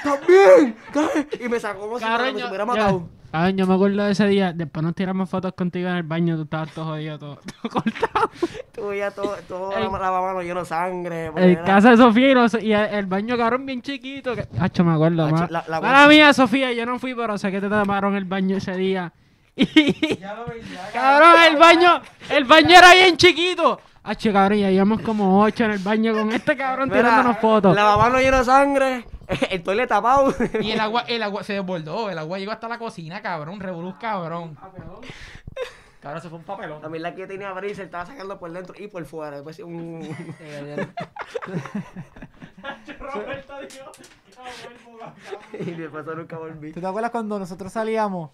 ¡También! ¡También!" Y me sacó como si me,
Cabrón,
me
yo,
hubiera
yo-
matado.
cabrón, yo me acuerdo de ese día. Después nos tiramos fotos contigo en el baño. Tú estabas todo jodido, todo, todo cortado.
Tú ya todo, todo
El-
la, la mano lleno de sangre. porque
El
era-
casa de Sofía y, los- y el, el baño, cabrón, bien chiquito. Que, Hacho, me acuerdo.
Hacho,
ma-
la- la-
Mala mía, Sofía, yo no fui, pero sé que te taparon el baño ese día. Y- cabrón, el baño, el baño era bien chiquito. Hacho, cabrón, ya llevamos como ocho en el baño con este cabrón
Mira,
tirándonos fotos.
La mamá no llena de sangre, el toile tapado.
Y el agua, el agua se desbordó, el agua llegó hasta la cocina, cabrón, revolú, cabrón.
Ah.
Cabrón, se fue un papelón.
La mierda que yo tenía brisa, él estaba sacando por dentro y por fuera. Después un... y después nunca volví.
¿Tú te acuerdas cuando nosotros salíamos?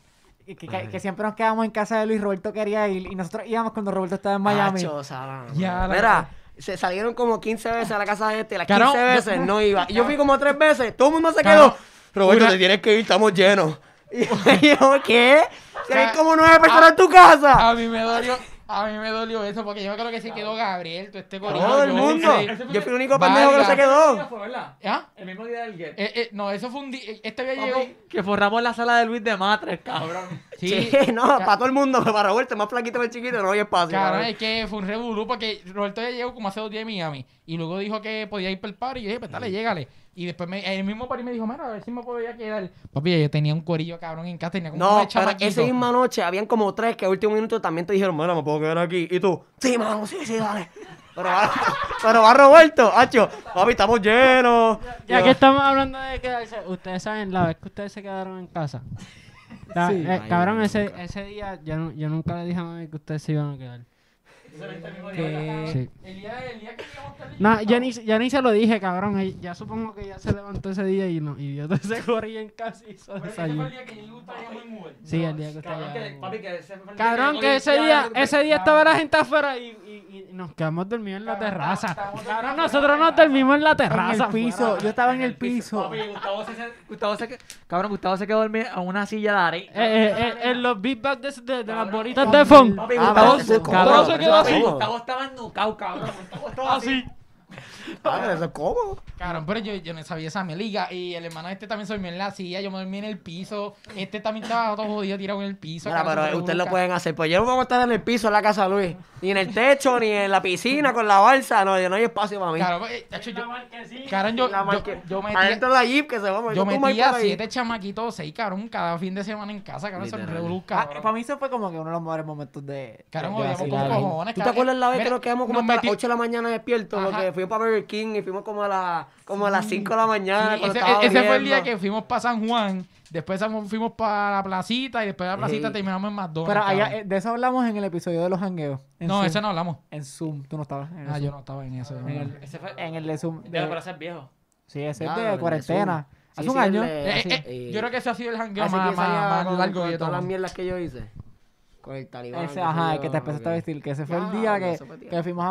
Y Que, que- que siempre nos quedábamos en casa de Luis, Roberto quería ir y nosotros íbamos cuando Roberto estaba en Miami.
Cacho, sala,
Ya, la-
Mira, se salieron como 15 veces a la casa de este, las 15
Cabrón, yo-
veces no iba. Y yo fui como tres veces, todo el mundo se
Cabrón,
quedó. Roberto,
una-
te tienes que ir, estamos llenos. Y yo, ¿qué? Si hay
Ca-
como nueve personas en tu casa.
A mí me dolió, a mí me dolió eso, porque yo me acuerdo que se quedó Gabriel, todo este corillo.
Todo el
yo-
mundo.
sí.
Yo fui el único pendejo que no se quedó.
¿Ah?
El mismo día del get.
Eh, eh, no, eso fue un día, este había llegado...
Papi, que forramos la sala de Luis de Matres, cabrón.
Sí,
Sí, no, para todo el mundo, pero para Roberto, más flaquito que el chiquito, no hay espacio.
Cabrón,
cabrón.
es que fue un revolú porque Roberto ya llegó como hace dos días a Miami y luego dijo que podía ir para el party y yo dije, pues dale, llégale. Y después me, el mismo party me dijo, mira, a ver si me podía quedar. Papi, yo tenía un cuerillo cabrón en casa, tenía como
No,
una
pero
chamaquito.
esa misma noche habían como tres que a último minuto también te dijeron, mira, me puedo quedar aquí. Y tú, sí, mano, sí, sí, dale. Pero va, pero va Roberto, hacho, papi, estamos llenos.
Ya
Yo,
que estamos hablando de quedarse, ustedes saben la vez que ustedes se quedaron en casa. Ta-
Sí.
eh,
Ay,
cabrón,
no,
ese,
nunca.
ese día yo, nu- yo nunca le dije a mami que ustedes se iban a quedar. Sí.
El día, el día que llegamos tarde,
No, ya ni, ya ni se lo dije, cabrón. eh, Ya supongo que ya se levantó ese día y no. Y yo se corrí en casa y hizo
Pero ese fue
desayuno.
el día que yo gustaría muy mover.
Sí, el día que usted
Cabrón, que,
llegó.
papi, que ese fue el
Cabrón, que ese día, ese día estaba la gente afuera y, y- y nos quedamos dormidos en la terraza. Cabrón, nosotros nos dormimos en la
En
terraza.
el piso, yo estaba en el piso.
Papi, Gustavo se...
Gustavo se, que- cabrón, Gustavo se quedó dormido a una silla de arena.
Eh, eh, eh, en los big bags de, de- de las bolitas de foam.
Papi,
Ah,
Gustavo,
pero eso es
Gustavo
cómodo,
se
eso
quedó
es
así.
cómodo.
Gustavo estaba en Nucao, cabrón. Gustavo estaba así.
Ah, pero eso es cómo.
Cabrón, pero yo, yo no sabía esa meliga. Y el hermano este también se durmió en la silla. Yo me dormí en el piso. Este también estaba todo jodido tirado en el piso.
Mira,
cabrón,
pero
se
ustedes lo
revolca.
pueden hacer. Pues yo no voy a estar en el piso en la casa de Luis. Ni en el techo, ni en la piscina con la balsa. No, yo no hay espacio para mí.
Cabrón, eh, tacho, yo, cabrón, yo,
La
yo,
marque-
yo metía,
Adentro de la jeep que se va a morir.
yo
Tú, Mike,
metía
por ahí.
siete chamaquitos, seis, cabrón, cada fin de semana en casa. Cabrón, se
Literal.
revoluca.
Ah, para mí eso fue como que uno de los mejores momentos de.
Cabrón,
de- de
odiamos
vacilar.
con cojones.
¿Tú te
cabrón.
acuerdas la vez que
Mira,
nos quedamos como
nos
hasta las
metió-
8 de la mañana despiertos?
Ajá.
Porque fuimos para Burger King y fuimos como a, la, como a las 5 de la
Sí,
mañana. cuando
ese,
estaba
e- ese fue el
abriendo.
día que fuimos para San Juan, después San Juan fuimos para la placita y después de la placita
Ey.
terminamos en McDonald's.
Pero allá,
cabrón.
eh, de eso hablamos en el episodio de los hangueos. En
no,
Zoom.
ese no hablamos.
En Zoom, tú no estabas. En el,
Ah,
Zoom.
yo no estaba en eso.
En el,
Ese fue...
en el de Zoom. de-
Deja para ser viejo.
sí, ese es
Claro, en el
de
de
cuarentena.
Zoom. Sí,
Hace
sí,
un
el
año.
de-
Eh,
así.
eh, eh, yo creo que ese ha sido el jangueo
Así
más,
que salía
más, más
con-
largo
con
que yo
todas las
tomo.
mierdas que yo hice. Con el talibán.
Ese,
qué sé
ajá,
yo,
el que te empezaste a
ok.
vestir, que ese fue el
Ya,
día que,
eso fue tiempo.
que fuimos a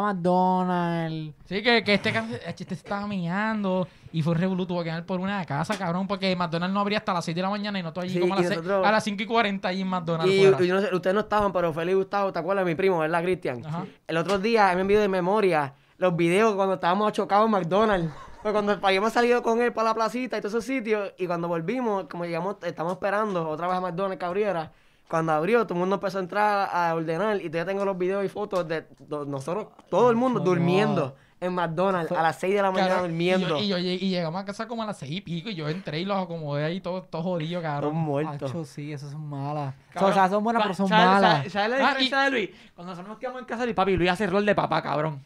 McDonald's.
Sí, que, que este, can- este se estaba miando y fue revoluto tuvo que ganar por una casa, cabrón, porque McDonald's no abría hasta las 6 de la mañana y no allí
Sí,
como a
y
las, seis-
nosotros-
a las 5 y 40 allí en McDonald's.
Y,
fuera.
y yo no sé, ustedes no estaban, pero Félix Gustavo, ¿te acuerdas de mi primo, verdad, Cristian?
Ajá.
El otro día él me envió de memoria los videos cuando estábamos chocados en McDonald's. Pues cuando habíamos salido con él para la placita y todos esos sitios, y cuando volvimos, como llegamos, estamos esperando otra vez a McDonald's que abriera. Cuando abrió, todo el mundo empezó a entrar a ordenar, y todavía tengo los videos y fotos de do- nosotros, todo el mundo durmiendo en McDonald's a las 6 de la mañana
Cabrón,
durmiendo.
Y, yo, y, yo lleg- y llegamos a casa como a las 6 y pico y yo entré y los acomodé ahí todo, todo jodido,
Todos
cabrón.
muertos.
Acho, sí, esas son malas.
Cabrón,
o sea, son buenas,
pa-
pero son
¿sabes-
malas.
¿Sabes sabes la
Ah,
diferencia de Luis? Cuando nosotros nos quedamos en casa de Luis, papi, Luis hace el rol de papá, cabrón.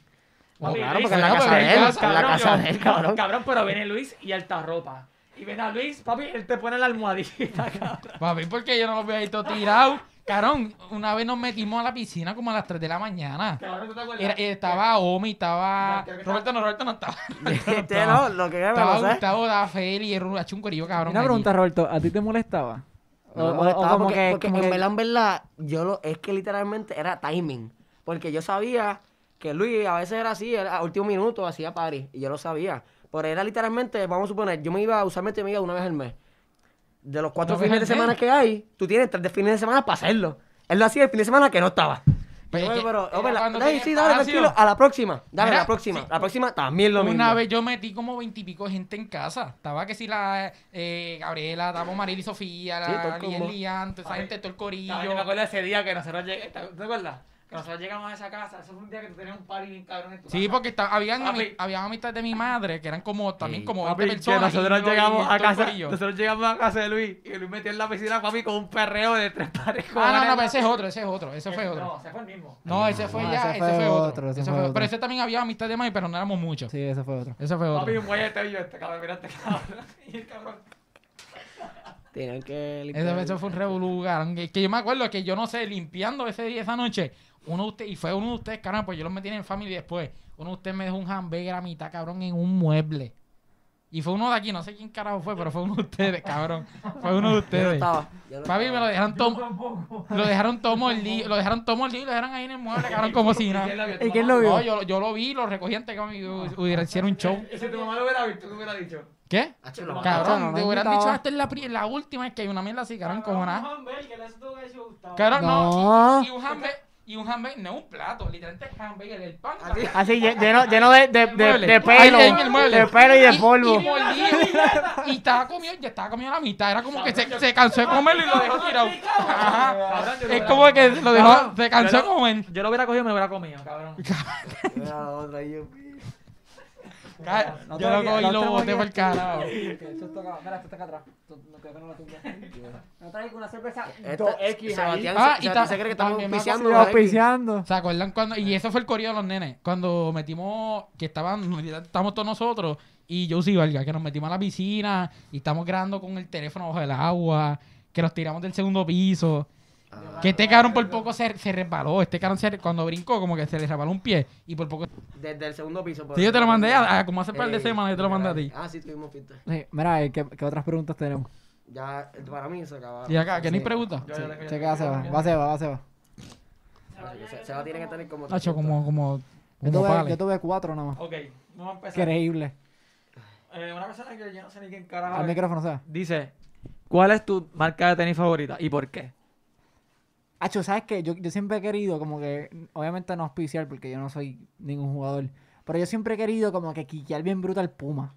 No,
Papi,
claro,
Luis,
porque en la
no,
casa
pero
de
en
él,
casa,
en la
cabrón,
casa
yo-
de él, cabrón.
Cabrón, pero viene Luis y alta ropa. Y ven a Luis, papi, él te pone la almohadita, cabrón.
Papi, porque yo no los veo ahí todo tirado. Carón, una vez nos metimos a la piscina como a las 3 de la mañana.
Cabrón, ¿tú te acuerdas?
Era- estaba Omi, estaba.
No, creo que
Roberto no, Roberto no estaba.
Este, no, lo que me
Estaba
lo sé.
Gustavo, estaba Feli, era un era un corillo, cabrón.
Una
allí.
pregunta, Roberto, ¿a ti te molestaba?
No me molestaba porque, porque en verdad, en verdad, yo lo, es que literalmente era timing. Porque yo sabía que Luis a veces era así, era a último minuto hacía party, y yo lo sabía. Pero era literalmente, vamos a suponer, yo me iba, usualmente me iba una vez al mes. De los cuatro
¿Una vez
fines de
al
semana
mes?
que hay, tú tienes tres de fines de semana para hacerlo. Él lo hacía el fin de semana que no estaba.
Pero
Pero,
es que
pero,
era
oh, ¿verdad?
cuando
Dale,
tenía
sí, dale,
espacio.
tranquilo, a la próxima. Dale, a
Mira,
la próxima.
sí.
La próxima también lo mismo.
Una vez yo metí como veintipico gente en casa. Estaba que si la eh, Gabriela, estaba Mariel y Sofía,
Sí, todo
la
el combo.
Liel Lian, toda esa
Ay,
gente, todo el
Cabrón, yo me
corillo.
acuerdo de ese día que nosotros llegamos, ¿te acuerdas? Que nosotros llegamos a esa casa, eso fue un día que tú tenías un party bien cabrón en tu
Sí,
casa.
porque estaba- habían,
Papi.
ami- habían amistades de mi madre que eran como también
Sí.
como 20
Papi, que
personas. y
nosotros
yo y
llegamos
todo
a
el
casa,
corillo.
nosotros llegamos a casa de Luis y Luis metió en la piscina papi con un perreo de tres pares.
Ah, no, no, pero ese es otro, ese es otro, ese fue otro.
No, se fue el mismo.
No, ese fue
Ah,
ya, ese, fue otro. ese fue
otro.
Pero ese también había amistad de maíz, pero no éramos muchos.
Sí, ese fue otro.
Ese fue otro.
Papi, un guayete yo este cabrón, mira este cabrón. Y el cabrón.
Tienen que
Eso,
limpiar.
eso fue un revolú, cabrón. Que, que yo me acuerdo que yo no sé, limpiando ese día, esa noche, uno de ustedes, y fue uno de ustedes, cabrón, pues yo los metí en el family después. Uno de ustedes me dejó un hamburger a mitad, cabrón, en un mueble. Y fue uno de aquí, no sé quién carajo fue, pero fue uno de ustedes, cabrón. Fue uno de
Yo no
ustedes.
estaba. yo no
Papi, me
estaba.
lo dejaron todo. Lo dejaron todo mordido, lo dejaron todo mordido y lo dejaron ahí en el mueble, cabrón, como si
¿Quién
nada.
lo vio? ¿Tu
¿Y quién
mamá?
lo vio?
No, yo, yo lo vi, lo recogí antes que me hubiera hicieron un show.
Y si tu mamá lo hubiera visto, ¿qué hubiera dicho?
¿Qué?
Ah, chulo.
Cabrón,
no, no
te hubieran
invitaba.
dicho esta es la, pri- la última vez que hay una mierda así, cabrón, como nada.
nada.
Claro, no.
No.
Y, y un hamburger, y un hamburger, no un plato, literalmente es hamburger, el pan. cabrón.
Así, lle- lleno, lleno de, de,
El
de,
mueble.
de pelo.
Ahí en el mueble.
De pelo y de
Y-
polvo.
Y, mordido. y estaba comido, ya estaba comido la mitad. Era como que se, se cansó de comerlo y lo dejó tirado. Ajá. Es como que lo dejó, se cansó de comer.
Yo lo hubiera cogido y me lo hubiera comido, cabrón.
Mira la otra ahí, yo-
Ca-
No te
Yo lo
voy a-
cogí
no
y lo
te voy a-
boté por el carajo. Ah,
Esta- eh, Sebastián, se-
y
Sebastián
ta-
se cree que estamos
también me
auspiciando
Lo
los X.
auspiciando.
¿Se acuerdan cuando? Y eso fue el corrido de los nenes. Cuando metimos, que estaban, estamos todos nosotros y yo sí, Valga, que nos metimos a la piscina y estamos grabando con el teléfono bajo el agua. que los tiramos del segundo piso. Que este cabrón por poco se, se resbaló. Este cabrón se- cuando brincó, como que se le resbaló un pie. Y por poco.
Desde el segundo piso. por
Sí, yo te lo mandé a- a- como hace
Eh,
par de semanas, yo te lo mandé a ti.
Ah, sí, tuvimos pinta.
Sí, Mira, eh, ¿qué, qué otras preguntas tenemos?
Ya, eh, para mí se acaba.
Y acá, que no hay
Sí.
preguntas.
Sí, chequea, Seba. Va, Seba, va, Seba.
Se, se va a tener que tener como.
Nacho, como, como,
Yo
como
tuve,
pales.
yo tuve cuatro nomás.
Ok, vamos a empezar.
Increíble.
Eh, una persona que yo no sé ni quién carajo.
Al
es.
micrófono, Seba.
Dice, ¿cuál es tu marca de tenis favorita y por qué?
Acho, ¿sabes qué? Yo, yo siempre he querido, como que, obviamente no auspiciar porque yo no soy ningún jugador, pero yo siempre he querido, como que quiquear bien brutal Puma.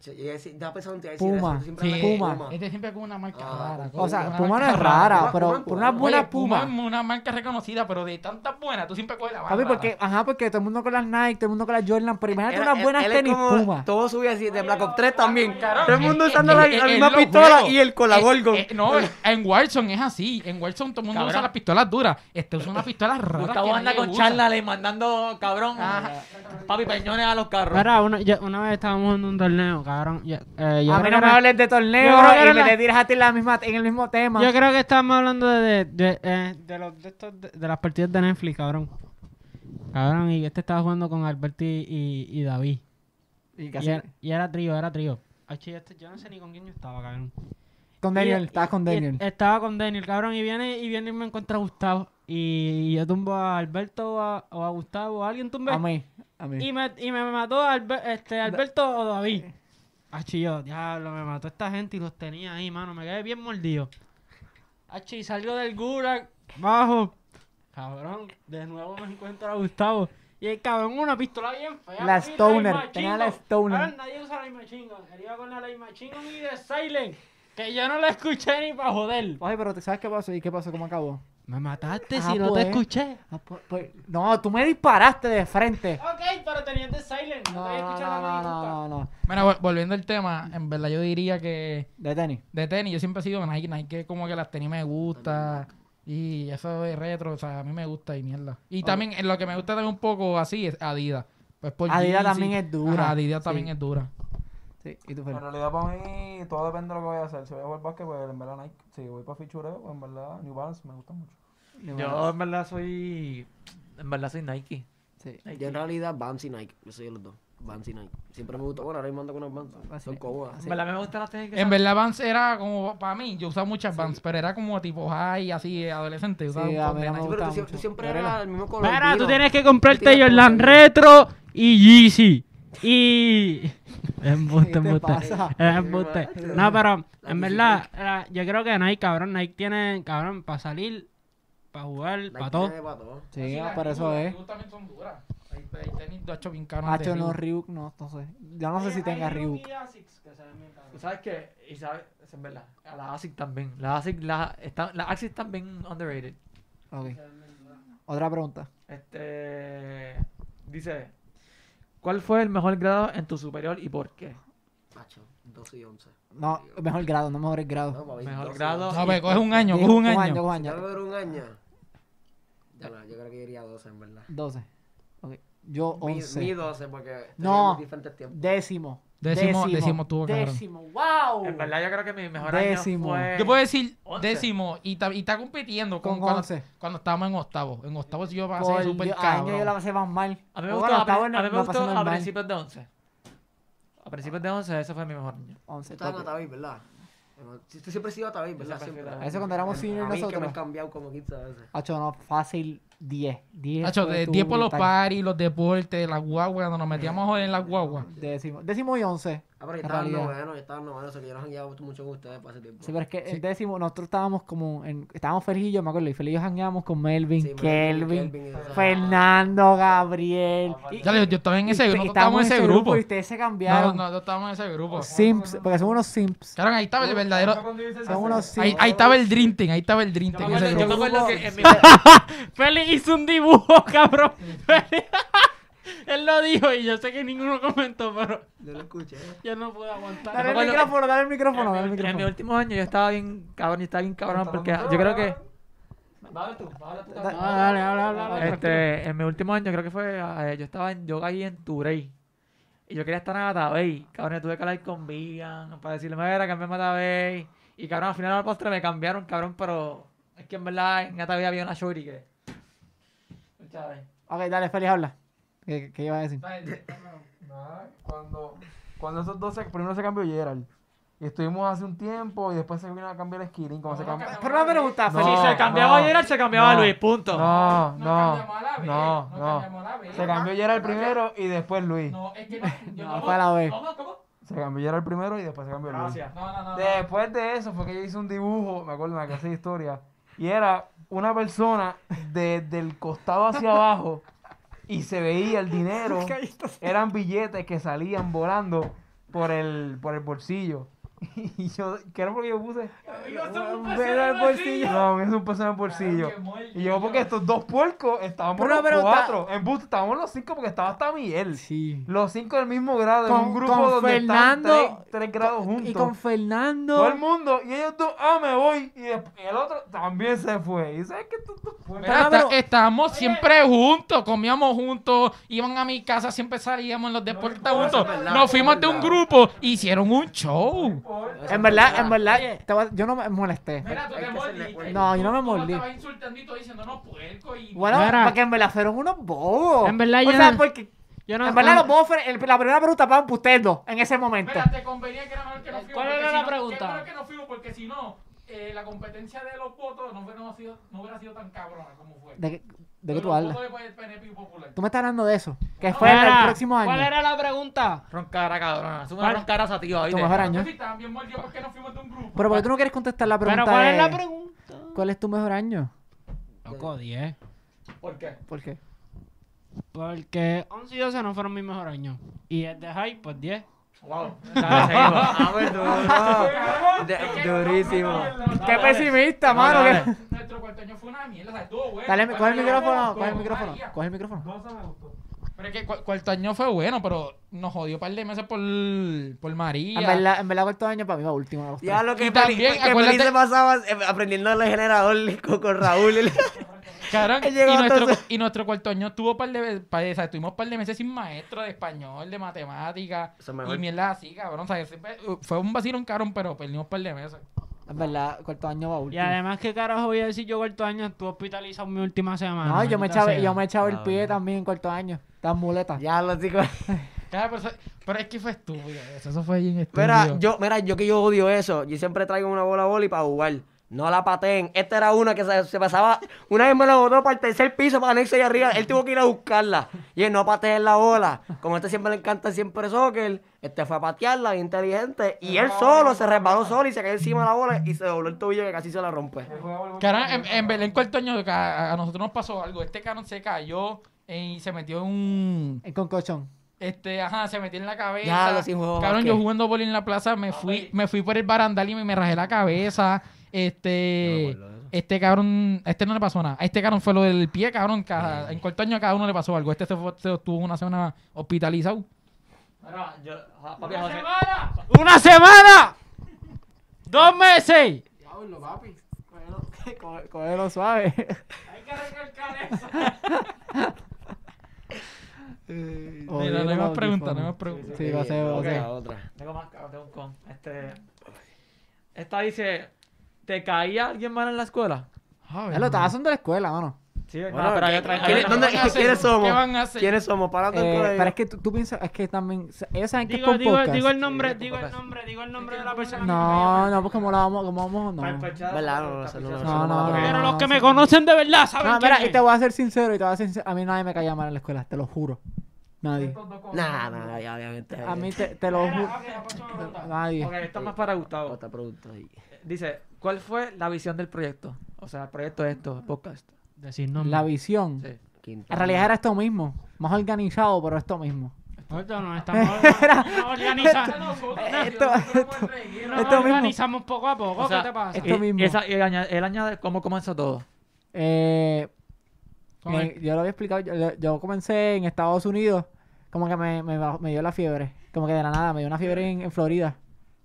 Ch- y decir- Ya pensaba en ti, decir
Puma.
eso, tú siempre
Sí.
hablas de
Puma.
Este siempre con una marca
Ah,
rara.
O sea,
una
Puma no
marca
es rara,
Puma-
pero
Puma-
por una
Puma.
buena
Oye, Puma
Puma.
es una marca reconocida, pero de tantas buenas, tú siempre coges la barra.
Papi, porque, ajá, porque todo el mundo con las Nike, todo el mundo con las Jordan, pero imagínate
Él-
unas
él-
buenas
él es
tenis
como
Puma.
Todo sube así de Black Ops 3 también.
Cabrón,
todo el mundo
eh,
usando
eh,
la,
eh,
la
eh,
misma
lo
pistola
juego.
y el con la
Eh,
Gorgon.
eh, no, en Warzone es así. En Warzone todo el mundo usa
Cabrón.
las pistolas duras. Este usa una pistola rara. que
Gustavo anda
nadie
con
usa.
charla y mandando cabrón eh, papi peñones a los carros.
Mira, una, yo- una vez estábamos jugando un torneo, cabrón. Yo, eh, yo
A mí no
creo que-
me hables de torneo
yo creo que
y
era
me
la-
le tiras a ti la misma, en el mismo tema.
Yo creo que estábamos hablando de, de, de, eh, de los, de, estos, de, de las partidas de Netflix, cabrón. Cabrón, y este estaba jugando con Alberti y, y David.
Y
Y
casi-
era, y era trío, era trío. Ay, chi, este- yo no sé ni con quién yo estaba, cabrón.
Con
Y-
Daniel, estabas con
y-
Daniel.
Estaba con Daniel, cabrón. Y viene y viene y me encuentra Gustavo. Y, yo tumbo a Alberto o a, o a Gustavo o a alguien tumbé.
A mí, a mí.
Y me, y me mató Albe- este, Alberto o David. Achi, yo, diablo, me mató esta gente y los tenía ahí, mano. Me quedé bien mordido. Achi, salgo del gulag, bajo. Cabrón, de nuevo me encuentro a Gustavo. Y el cabrón, una pistola bien fea.
La
papi, Lightning
Stoner, tenía la
Machine Gun.
Stoner.
Cabrón, nadie usa la Machine Gun. Él iba con la Machine Gun y de Silent. Que yo no la escuché ni para joder.
Oye, pero ¿tú ¿sabes qué pasó? ¿Y qué pasó? ¿Cómo acabó?
Me mataste
Ah,
si no
pues.
te escuché.
Ah, pues- pues- no, tú me disparaste de frente.
Ok, pero tenías de Silent. No,
No,
te había
no,
escuchado
no,
nada
no, no, no.
Mira, vol- volviendo al tema, en verdad yo diría que
De tenis.
de tenis, yo siempre he sido Nike, Nike como que las tenis me gusta. Y eso de retro, o sea, a mí me gusta y mierda. Y también en lo que me gusta también un poco así es Adidas. Pues por
Adidas
Yeezy.
también es dura,
Ajá, Adidas
sí.
también es dura.
Sí, y tú,
En
Fer?
realidad para mí todo depende de lo que voy a hacer. Si voy a jugar básquet, pues en verdad Nike. Si voy para fichureo, pues en verdad New Balance me gusta mucho.
Yo en verdad soy, en verdad soy Nike.
Sí.
Yo en realidad Bouncy Nike. Yo soy de los dos. Bouncy Nike. Siempre me gustó. Bueno, ahora mismo ando con unas
Ah,
Bouncy. Son cómodas.
En verdad me gustan las tenis que
En
son-
verdad Vance era como, para mí, yo usaba muchas Vans, pero era como tipo high, así, adolescente. Usaba
Sí,
un
a
poco
mí
de
no me
Nike.
Sí,
gusta
pero tú, sie-
mucho.
tú siempre
Gabriela.
eras el mismo color.
Espera, tú
vino.
tienes que
Tú
comprarte
tienes
Jordan
todo.
Retro y Yeezy. Y.
¿Qué
Embuste,
te
embuste.
pasa?
Eh, embuste. No, pero
La
en
Yeezy
verdad, la- yo creo que Nike, cabrón, Nike tiene, cabrón, para salir, para jugar,
Nike
para todo.
tiene pa' todo.
Sí, ah,
Así,
por
las
eso
Reebok,
es.
Reebok también son duras. Hay, hay tenis de ocho bien caros de
Hacho, Ah, no,
Reebok.
Ryuk, no, no sé. Yo no sé si tenga Ryuk.
¿Sabes qué? Y sabes, es en verdad. a Las ASIC también. Las ASIC, las, están, las ASIC están bien underrated.
Ok. Otra pregunta.
Este. Dice. ¿Cuál fue el mejor grado en tu superior y por qué?
Macho, 12 y 11.
No, mejor grado, no mejores grados.
No, papi,
Mejor
12 y
grado.
No, pero coge un año,
Digo,
coge un
cojo
año.
cojo
11. Si
año.
tengo que ver un año. Ya, no, yo creo que iría a 12, en verdad.
12. Ok. Yo
Mi,
11.
mi 12, porque
No.
teníamos diferentes tiempos.
Décimo.
Décimo- décimo tuvo, cabrón.
Décimo, wow.
En verdad, yo creo que mi mejor
Uh, Décimo.
año fue.
Yo puedo decir
Once.
décimo y, ta- y está compitiendo con,
Con
cuando,
once.
cuando estábamos en octavo. En octavo yo
Por
pasé
Dios,
súper
año yo la
cabrón.
pasé más mal.
A mí me
Bueno,
gustó, a,
Oh, está
pri-
bueno,
a mí me
la
gustó
pasé
a
normal.
principios de 11. A principios de 11, ese fue mi mejor año.
11.
Estaba en Ataví, ¿verdad? Sí, Tú siempre has sido Ataví, ¿verdad?
Yo siempre
Siempre.
fui Ataví.
Eso cuando éramos
A
senior
mí es que me
nosotros.
han cambiado como 15 veces.
Hacho, no, fácil 10. 10.
Hacho,
fue
de
tu
10 por los
tal.
paris, los deportes, las guaguas, cuando nos metíamos a joder en las guaguas.
Décimo. Décimo y 11.
Ah, pero yo
En
estaba en
realidad.
noveno, yo estaba en noveno, o sea que yo no jangueaba mucho con ustedes para ese tiempo.
Sí, pero es que en décimo nosotros estábamos como en, estábamos Fergillo, me acuerdo, y Felillo jangueamos con Melvin,
Sí, me-
Kelvin,
y eso.
Fernando, Gabriel. Y,
Ya le yo estaba en ese
y-
grupo,
y
estábamos en ese grupo.
y ustedes se
No,
cambiaron.
no, no estábamos en ese grupo.
Simps, porque son unos simps.
Claro, ahí estaba el verdadero.
Son unos
Ahí,
simps.
ahí estaba el Dream Team, ahí estaba el Dream
Yo
Team.
me
en ese
acuerdo, yo me
grupo.
acuerdo que en mi,
Félix hizo un dibujo, cabrón. Félix- Él lo dijo y yo sé que ninguno comentó, pero
Yo lo escuché.
yo no pude aguantar.
Dale el
acuerdo-
micrófono, dale el micrófono, dale el
en mi
micrófono.
último año yo estaba bien cabrón, yo estaba bien cabrón porque yo creo que
No,
Ah,
dale, dale, dale.
este, en mi último año creo que fue eh, yo estaba en yo caí en Turey y yo quería estar en Atabey, cabrón, yo tuve que hablar con Vivian para decirle, mira, cambiame a Atabey
Y cabrón, al final al postre me cambiaron, cabrón, pero es que en verdad en Gata Vida había una shorty que. Tú sabes.
Ok, dale, Félix, habla. ¿Qué, qué iba a decir?
Nada, cuando, cuando esos dos se- primero se cambió Gerald. Y estuvimos hace un tiempo y después se vino a cambiar Skirin. Como se cambió.
Pero una pregunta,
No.
Félix.
si Ah, se cambiaba
no,
Gerard, se cambiaba
no,
Luis, punto.
No,
Nos
no.
cambiamos a la vez,
No,
nos
no.
cambiamos a la vez.
Se cambió Gerald primero y después Luis.
No, es que no, yo
No,
no,
fue a la vez.
¿Cómo? ¿Cómo?
Se cambió Gerald primero y después se cambió Luis.
Gracias.
no, no, no, no.
Después de eso fue que yo hice un dibujo, me acuerdo, en la clase de historia, y era una persona desde el costado hacia abajo y se veía el dinero, eran billetes que salían volando por el, por el bolsillo. Y yo, ¿qué era porque yo puse? Era el bolsillo. No, es un peso en el bolsillo. Y yo, porque estos dos puercos estábamos
Pero,
los
pero está-
cuatro. En busto estábamos los cinco porque estaba hasta Miguel.
Sí.
Los cinco del mismo grado, en
Con-
un grupo
con
donde
Fernando-
están tres, tres grados juntos.
Y con
Todo el
Fernando.
mundo, y ellos dos, ah, me voy. Y desp- y el otro también se fue. Y sabes que tú, tú-
Mira,
Ah, pero-
está- estábamos siempre juntos, comíamos juntos, iban a mi casa, siempre salíamos en los deportes juntos. Nos fuimos de un grupo, hicieron un show.
En verdad, en verdad, te voy a- yo no me molesté.
Mira, tú te mordiste.
No, yo no me mordí.
Estabas insultando y todo diciendo, no, puerco. Y...
Bueno,
Mira.
porque en verdad fueron unos bobos.
En verdad,
O
yo
sea,
no-
porque.
Yo no
En verdad, los bobos fueron- el- La primera pregunta para ustedes dos en ese momento.
Mira, te convenía que era mejor que no fuimos.
¿Cuál
porque
era
si
la
no-
pregunta?
que es mejor que no fuimos porque si no, eh, la competencia de los votos no hubiera sido, no hubiera sido tan cabrona como fue.
¿De, qué- de qué tú
Los
hablas?
votos de PNP y Popular.
Tú me estás hablando de eso. Que fue
¿Cuál
en el
era-
próximo año.
¿Cuál era la pregunta?
Roncara, cabrón. Asume
¿Cuál?
roncara a tío,
Tu
oíste.
mejor año.
Entonces, estaban bien mordidos porque no fuimos de un grupo.
Pero ¿por qué tú no quieres contestar la pregunta?
¿Pero cuál es
de-
la pregunta?
¿Cuál es tu mejor año?
Loco, 10.
¿Por qué?
¿Por qué?
Porque 11 y 12 no fueron mi mejor año. Y el de high, pues 10.
Wow.
Ah, pues, duro. Du- Durísimo.
¡Qué pesimista, mano!
dale.
que-
este Nuestro cuarto año fue una mierda, o sea, estuvo bueno.
Dale,
Cuarto
coge el
año
micrófono,
estuvo
coge el
bueno,
micrófono,
María.
coge el micrófono.
Pero es que cu- cuarto año fue bueno, pero nos jodió un par de meses por, por María.
En verdad, en verdad, cuarto año para mí va último. de los tres.
Ya lo que
Y
feliz,
también,
que feliz
acuérdate-
se pasaba eh, aprendiendo el generador con, con Raúl. El-
Cabrón, y
Llegó
nuestro,
entonces-
y nuestro cuarto año tuvo par de ve- par de- o sea, tuvimos par de meses sin maestro de español, de matemática.
Eso es mejor.
Y mierda así, cabrón. O sea, siempre- uh, fue un vacilón cabrón, pero perdimos par de meses.
En verdad, cuarto año va
Y
último.
además, ¿qué carajo voy a decir yo cuarto año? Estuve hospitalizado mi última semana.
No, Ah, yo me,
maldita
echaba,
sea.
yo me echaba el
Ah,
pie
bueno.
también en cuarto año. Las muletas.
ya lo digo.
Claro, pero, eso- pero es que fue estúpido eso. Eso fue bien estúpido.
Mira, yo, mira, yo que yo odio eso. Yo siempre traigo una bola boli para jugar. No la pateen. Esta era una que se, se pasaba. Una vez me la botó para el tercer piso, para anexo allá arriba. Él tuvo que ir a buscarla. Y él no pateen la bola. Como a este siempre le encanta siempre soccer, este fue a patearla, bien inteligente. Y él solo se resbaló solo y se cayó encima de la bola y se dobló el tobillo que casi se la rompe.
Cabrón, en, en Belén cuarto año ca- a, a nosotros nos pasó algo. Este cabrón se cayó eh, y se metió en un...
En concochón.
Este, ajá, se metió en la cabeza.
Ya, lo sin juego
Cabrón,
básquet.
yo jugando boli en la plaza, me fui, me fui por el barandal y me, me rajé la cabeza. Este, este cabrón, a este no le pasó nada. A este cabrón fue lo del pie, cabrón. cada- en cuarto año a cada uno le pasó algo. Este se fue, se estuvo una semana hospitalizado.
Mira, yo. ah, Papi José.
¡Una semana! ¡Dos meses!
Coge- Cógelo suave. Odio
Mira, no
los
hay más preguntas,
audífonos.
no hay más preguntas.
Sí, va a ser, va a
Ok,
ser.
la otra.
Tengo más, cabrón, tengo un con. Este. Esta dice: ¿Te caía alguien mal en la escuela?
Ya lo estaba haciendo la escuela, mano.
Sí,
Bueno,
no, pero hay
¿qué-
otra. hay
¿quiénes-
otra.
dónde-
¿Qué van a hacer?
¿Quiénes somos?
¿Qué van a hacer?
¿Quiénes somos? Para
Eh, pero es que tú, tú piensas, es que también, ellos saben que es
Digo,
por
digo,
podcast.
digo el nombre,
Sí,
digo el
podcast.
nombre, digo el nombre de la persona.
No, no, pues como la vamos, como vamos, no.
Para empezar,
¿Verdad?
para
No, no,
empezar,
no,
para
no,
empezar.
no, no,
Pero
no.
los que me conocen de verdad
Ah,
saben
No,
quién
mira, y
es.
te voy a ser sincero, y te voy a ser sincero. A mí nadie me caía mal en la escuela, te lo juro. Nadie.
Nah, nah, ya, obviamente.
A mí te, te lo juro. Nadie.
Ok, esta es más para Gustavo.
Otra pregunta ahí.
Dice: ¿Cuál fue la visión del proyecto? O sea, el proyecto de esto, el podcast.
Decir nombre.
La visión.
Sí.
Quinto.
En realidad era esto mismo. Más organizado, pero esto mismo.
Ahorita no estamos no organizando.
Esto, esto,
No
esto mismo.
organizamos poco a poco.
O sea,
¿Qué te pasa?
Esto
Y-
mismo.
y esa- y él, añade, él añade cómo comenzó todo.
Eh,
Con
me-
el-
yo lo había explicado. Yo, yo comencé en Estados Unidos. Como que me, me, bajó- me dio la fiebre. Como que de la nada. Me dio una fiebre en, en Florida.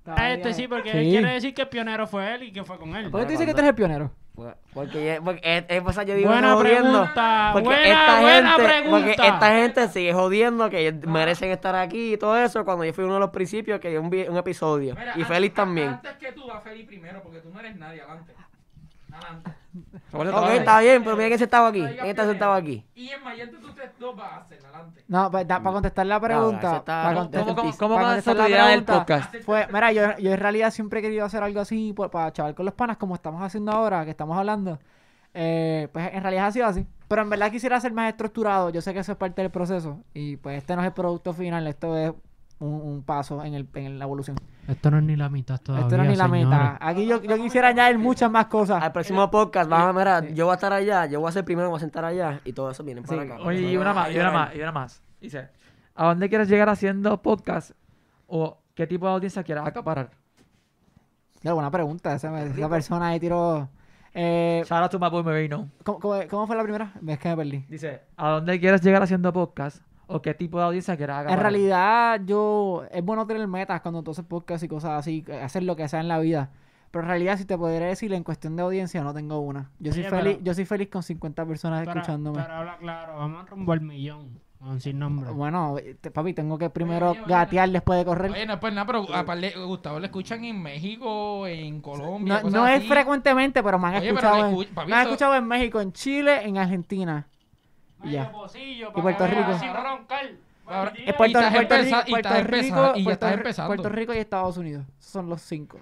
Ah, este sí, porque
Sí.
él quiere decir que el pionero fue él y que fue con él.
¿Por qué tú dices que tú eres el pionero?
Pues, Porque, ya- porque eh, eh, o sea, yo digo
Buena
no jodiendo,
pregunta,
porque
buena,
esta
buena
gente, Porque
pregunta.
esta gente sigue jodiendo que ellos merecen estar aquí y todo eso. Cuando yo fui uno de los principios, que dio un, vi- un episodio. y Félix también.
Antes que tú, a Feli primero porque tú no eres nadie, adelante. Adelante.
Ok, está bien, pero mira que se estaba aquí. Quién está sentado aquí.
Y en Mayente tú te dos vas a hacer, adelante.
No, pues, para contestar la
ese
pregunta.
está-
para
¿Cómo-
contestar-
cómo-
para
cómo
van a
contestar la
desarrollar el
pregunta,
podcast?
Pues, mira, yo, yo en realidad siempre he querido hacer algo así pues, para chaval con los panas, como estamos haciendo ahora, que estamos hablando. Eh, pues en realidad ha sido así. Pero en verdad quisiera ser más estructurado. Yo sé que eso es parte del proceso. Y pues este no es el producto final, esto es un, un paso en, el, en la evolución.
Esto no es ni la mitad todavía.
esto no es ni la
señores.
meta. Aquí yo, yo quisiera añadir muchas más cosas.
Al próximo podcast, vamos a mirar, yo voy a estar allá, yo voy a ser primero, me voy a sentar allá y todo eso viene para acá.
Oye, y una más, y una más, y una más. Dice, ¿a dónde quieres llegar haciendo podcast? ¿O qué tipo de audiencia quieres acaparar?
Claro, buena pregunta. Esa, esa persona ahí tiró. Eh,
Shout out to my boy, me vino.
¿cómo, cómo, cómo fue la primera? Es que me perdí.
Dice, ¿a dónde quieres llegar haciendo podcast? ¿O qué tipo de audiencia quieres acaparar?
En realidad, yo. Es bueno tener metas cuando tú haces podcast y cosas así, eh, hacer lo que sea en la vida. Pero en realidad, si te podría decir, en cuestión de audiencia, no tengo una. Yo soy,
Oye,
feliz,
pero-
yo soy feliz con 50 personas
Para-
escuchándome.
Para hablar claro, vamos rumbo al millón. Vamos sin nombre.
Bueno, te- papi, tengo que primero
oye, oye.
gatear después de correr.
Oye, no, pues nada, pero aparte, Gustavo le escuchan en México, en Colombia.
no
cosas
no es
así.
frecuentemente, pero me han,
Oye, pero
escuchado,
le
en,
escucha- papi,
me han
eso-
escuchado en México, en Chile, en Argentina. Y ya. Y Puerto Rico.
Ahora-
Es Puerto,
y estás
Puerto Rico,
empeza- y estás
Puerto
empezando-
Rico,
y ya
Puerto
estás
Ri-
empezando.
Puerto Rico y Estados Unidos. Esos son los cinco.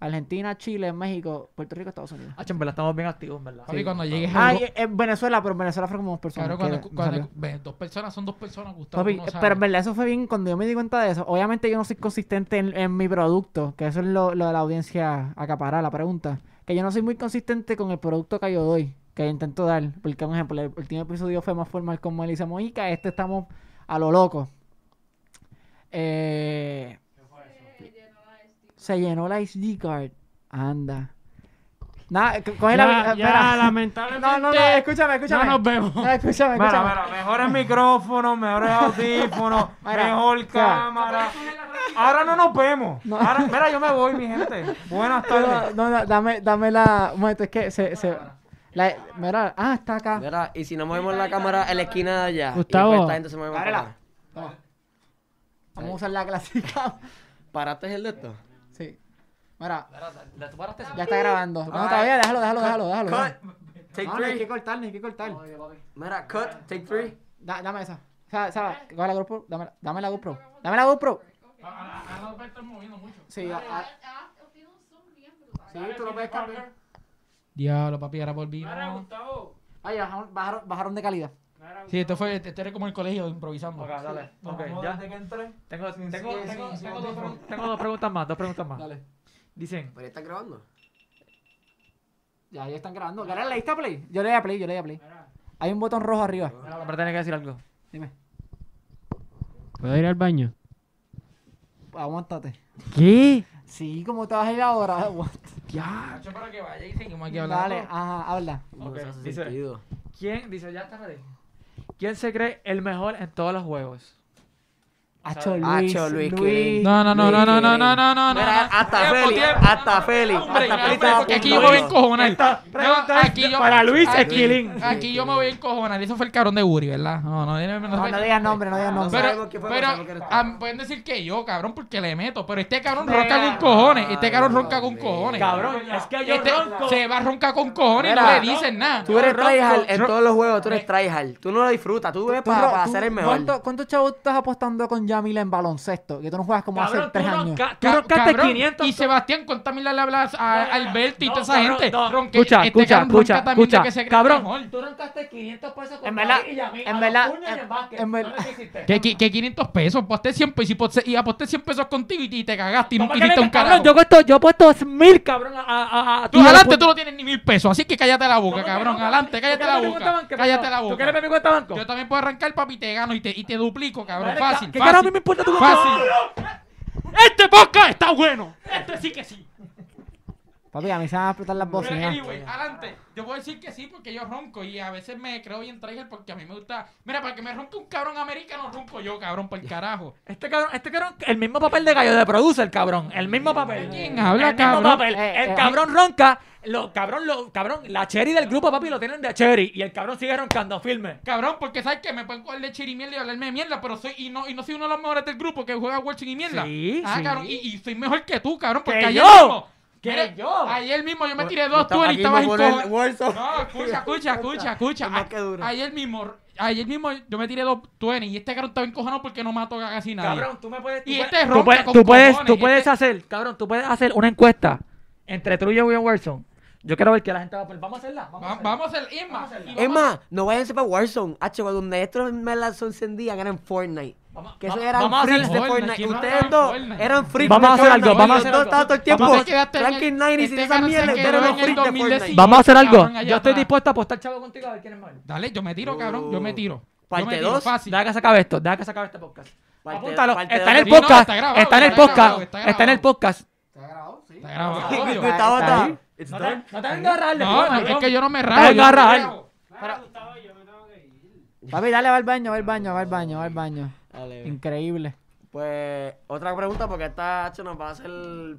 Argentina, Chile, México, Puerto Rico, Estados Unidos.
Ah, en verdad, estamos bien activos, en verdad.
Papi, cuando llegues a
Ah,
Europa-
y en Venezuela, pero en Venezuela fueron como dos personas.
Claro,
que
cuando,
me
cuando-
salió.
ve, dos personas son dos personas, Gustavo.
Papi,
tú no
eh,
sabes.
pero en verdad eso fue bien cuando yo me di cuenta de eso. Obviamente yo no soy consistente en, en mi producto, que eso es lo, lo de la audiencia acaparada, la pregunta. Que yo no soy muy consistente con el producto que yo doy, que intento dar. Porque, por ejemplo, el último episodio fue más formal con Melissa Mojica, este estamos a lo loco. Eh, se llenó la SD card. Anda. Nada, c- coge la...
Ya,
eh,
ya,
espera.
lamentablemente.
No, no, no, escúchame, escúchame.
nos vemos.
No, escúchame, escúchame.
Mira, mira, mejores micrófonos, mejores audífonos,
Mira,
mejor
claro.
cámara. Ahora no nos vemos.
No.
Ahora, mira, yo me voy, mi gente. Buenas tardes.
No, no, dame, dame la. Un momento, es que se. se la, mira, ah, está acá.
Mira, y si no movemos la cámara en la esquina de allá,
Gustavo.
y después esta gente se mueve más para
Ábrela.
acá.
Toma. Vamos a usar la clásica.
¿Paraste el de esto?
Sí. Mira. Ya está grabando. No, todavía, déjalo, déjalo, déjalo. déjalo, déjalo.
take
No, no hay que cortar, no hay que cortar.
Mira, cut, take three.
Da- dame esa. Sara, Sara, coge la GoPro. Dame, dame la GoPro. Dame la GoPro. Sí, a- a- sí, tú lo puedes cambiar.
Diablo, papi, ahora volvimos.
Ay, bajaron, bajaron, bajaron de calidad.
Sí, esto fue, este era como el colegio improvisando.
Ok, dale. Ok,
Vamos
ya.
desde que entré.
Tengo,
Sin-
tengo,
sin-
tengo,
sin-
tengo
sin-
dos, pregun- tengo dos preguntas más, dos preguntas más.
Dale.
Dicen,
¿Pero estás grabando?
Ya, ya están grabando. ¿Gara le diste a play? Yo le di a play, yo le di a play. Hay un botón rojo arriba.
la verdad tiene que decir algo.
Dime.
¿Puedo ir al baño?
Aguántate.
¿Qué?
Sí, como te vas a ir ahora. Aguanta.
Nacho, para que vaya y seguimos aquí hablando.
Dale, ajá, habla.
No
Ok,
se hace
dice-
sentido.
¿Quién? Dice, ya está ready. ¿Quién se cree el mejor en todos los juegos?
Hacho Luis.
Hacho, Luis,
Luis.
Luis.
No, no, no, no, no, no, no, no, no, no.
Mira, hasta
Tiempo,
Feli,
tiempo.
hasta Feli.
Hombre,
Hasta Feli
hombre,
estaba a
porque aquí yo
punto
me voy
de
a
irnos.
encojonar.
pregunta
No,
es
aquí yo-
para Luis
aquí-
Esquilín.
Aquí yo me voy a encojonar. Eso fue el cabrón de Uri, ¿verdad? No, no, no, no,
No, no digas nombre, no digas
No
nombre.
sabemos
Pero,
qué fue, no sabemos qué
pero
eres tú.
ah, pueden decir que yo, cabrón, porque le meto. Pero este cabrón ronca con cojones. Este cabrón ronca con cojones.
Cabrón, es que yo
Este
ronco.
se va a roncar con cojones y no
Mira,
le dicen nada.
Tú eres tryhard en todos los juegos, tú eres tryhard. Tú no lo disfrutas, tú ves
Tú,
para,
Ro,
para
tú,
ser el
¿cuánto-
mejor.
¿Cuántos chavos estás apostando con Yamila en baloncesto? Que tú no juegas como hace
Cabrón, tú
tres años.
ronca- tú
Ca-
roncaste
cabrón,
500.
Y Sebastián, ¿cuántas mil le hablas a
No,
Alberto y
no,
toda esa
cabrón,
gente?
no.
Ronque-
Escucha,
este
escucha,
cabrón ronca
escucha,
también de
escucha.
que se cree
Cabrón.
mejor.
Tú roncaste 500 pesos
En verdad, en verdad, en- en verdad.
Que, que, que 500 pesos, aposté 100 pesos y aposté, y aposté 100 pesos contigo y, y te cagaste y nunca hiciste un carajo.
Cabrón, yo he puesto, yo he puesto mil, cabrón, a, a, a
tú adelante, tú no tienes ni mil pesos, así que cállate la boca, cabrón. Adelante, cállate la boca. Cállate la
¿Tú
boca.
quieres ver mi cuenta banco?
Yo también puedo arrancar, papi, y te gano y te, y te duplico, cabrón.
Madre,
Fácil,
¿Qué carajo a mí
fácil.
me importa tu
Fácil. Este podcast está bueno.
Papi, a mí se me van a explotar las
Pero
bocinas.
anyway, adelante. Yo puedo decir que sí porque yo ronco y a veces me creo bien trailer porque a mí me gusta. Mira, para que me ronque un cabrón americano, ronco yo, cabrón, por el carajo.
Este cabrón, este cabrón, el mismo papel de gallo de producer, cabrón. El mismo papel.
¿Quién habla,
el mismo
cabrón?
papel.
Eh,
El
eh,
cabrón ronca. Lo, cabrón, lo, cabrón, la cherry del grupo, papi, lo tienen de cherry. Y el cabrón sigue roncando, firme.
Cabrón, porque sabes que me pueden coger de chirimiel y hablarme de mierda, pero soy y no, y no soy uno de los mejores del grupo que juega Watching y mierda.
Sí,
ah,
sí.
cabrón, y, y soy mejor que tú, cabrón, porque
¡Que
ayer
yo!
mismo, Mira, Ayer mismo yo me tiré dos
Estamos
tú y
aquí,
estabas
me pone el
encojonado.
Warzone.
No, escucha, escucha, escucha, escucha.
Es más que duro.
A- Ayer mismo, ayer mismo yo me tiré dos 20 y este cabrón estaba encojonado porque no mató a casi nadie.
Cabrón, tú me puedes. tú
y
puedes-
este
Tú
ronca
puedes,
con
tú puedes,
cojones,
tú puedes
este-
hacer, cabrón, tú puedes hacer una encuesta entre tú y yo y Warzone. Yo quiero ver que la gente va a poner. Vamos a hacerla. Vamos a
Va-
hacerla.
Vamos a hacer Isma. y
Es
vamos-
más, no váyanse para Warzone. Hacho, cuando nuestros me las encendían eran Fortnite.
Vamos-
Que esos
vamos-
eran
vamos a hacer-
freaks de
Fortnite,
Fortnite.
¿quién va a
Ustedes
jugar
dos
Fortnite?
eran freaks
Vamos a
de
hacer algo,
Fortnite.
vamos a hacer
Los dos
algo.
estaban todo el
Vamos a
tiempo.
quedarte en el-
Frankie Nine y
este
esas
cabrón se
mierdas
quedó
eran
en
los
el
freaks de
2018.
Fortnite.
Vamos a hacer algo.
Cabrón, allá
Yo estoy
atrás.
dispuesto a apostar chavo contigo a ver quién es más.
Dale, yo me tiro, cabrón, yo me tiro. Yo
Parte
me tiro,
dos.
fácil.
Deja que se acabe esto, deja que se acabe este podcast.
Parte-
Apúntalo,
parte
está en
de-
el
Sí, no,
podcast,
está grabado,
está en el
está grabado,
podcast,
está
está en el
grabado.
podcast.
Ah, Está grabado, obvio.
Gustavo está-
No te, no te vengas a agarrar,
No,
cabrón.
no, es que yo no me
Te
rajo. yo no me
agarras.
rajo.
Papi, dale, va al baño, va al baño, va al baño, va al baño.
Dale, ve.
Increíble.
Pues, otra pregunta, porque esta hacho nos va a hacer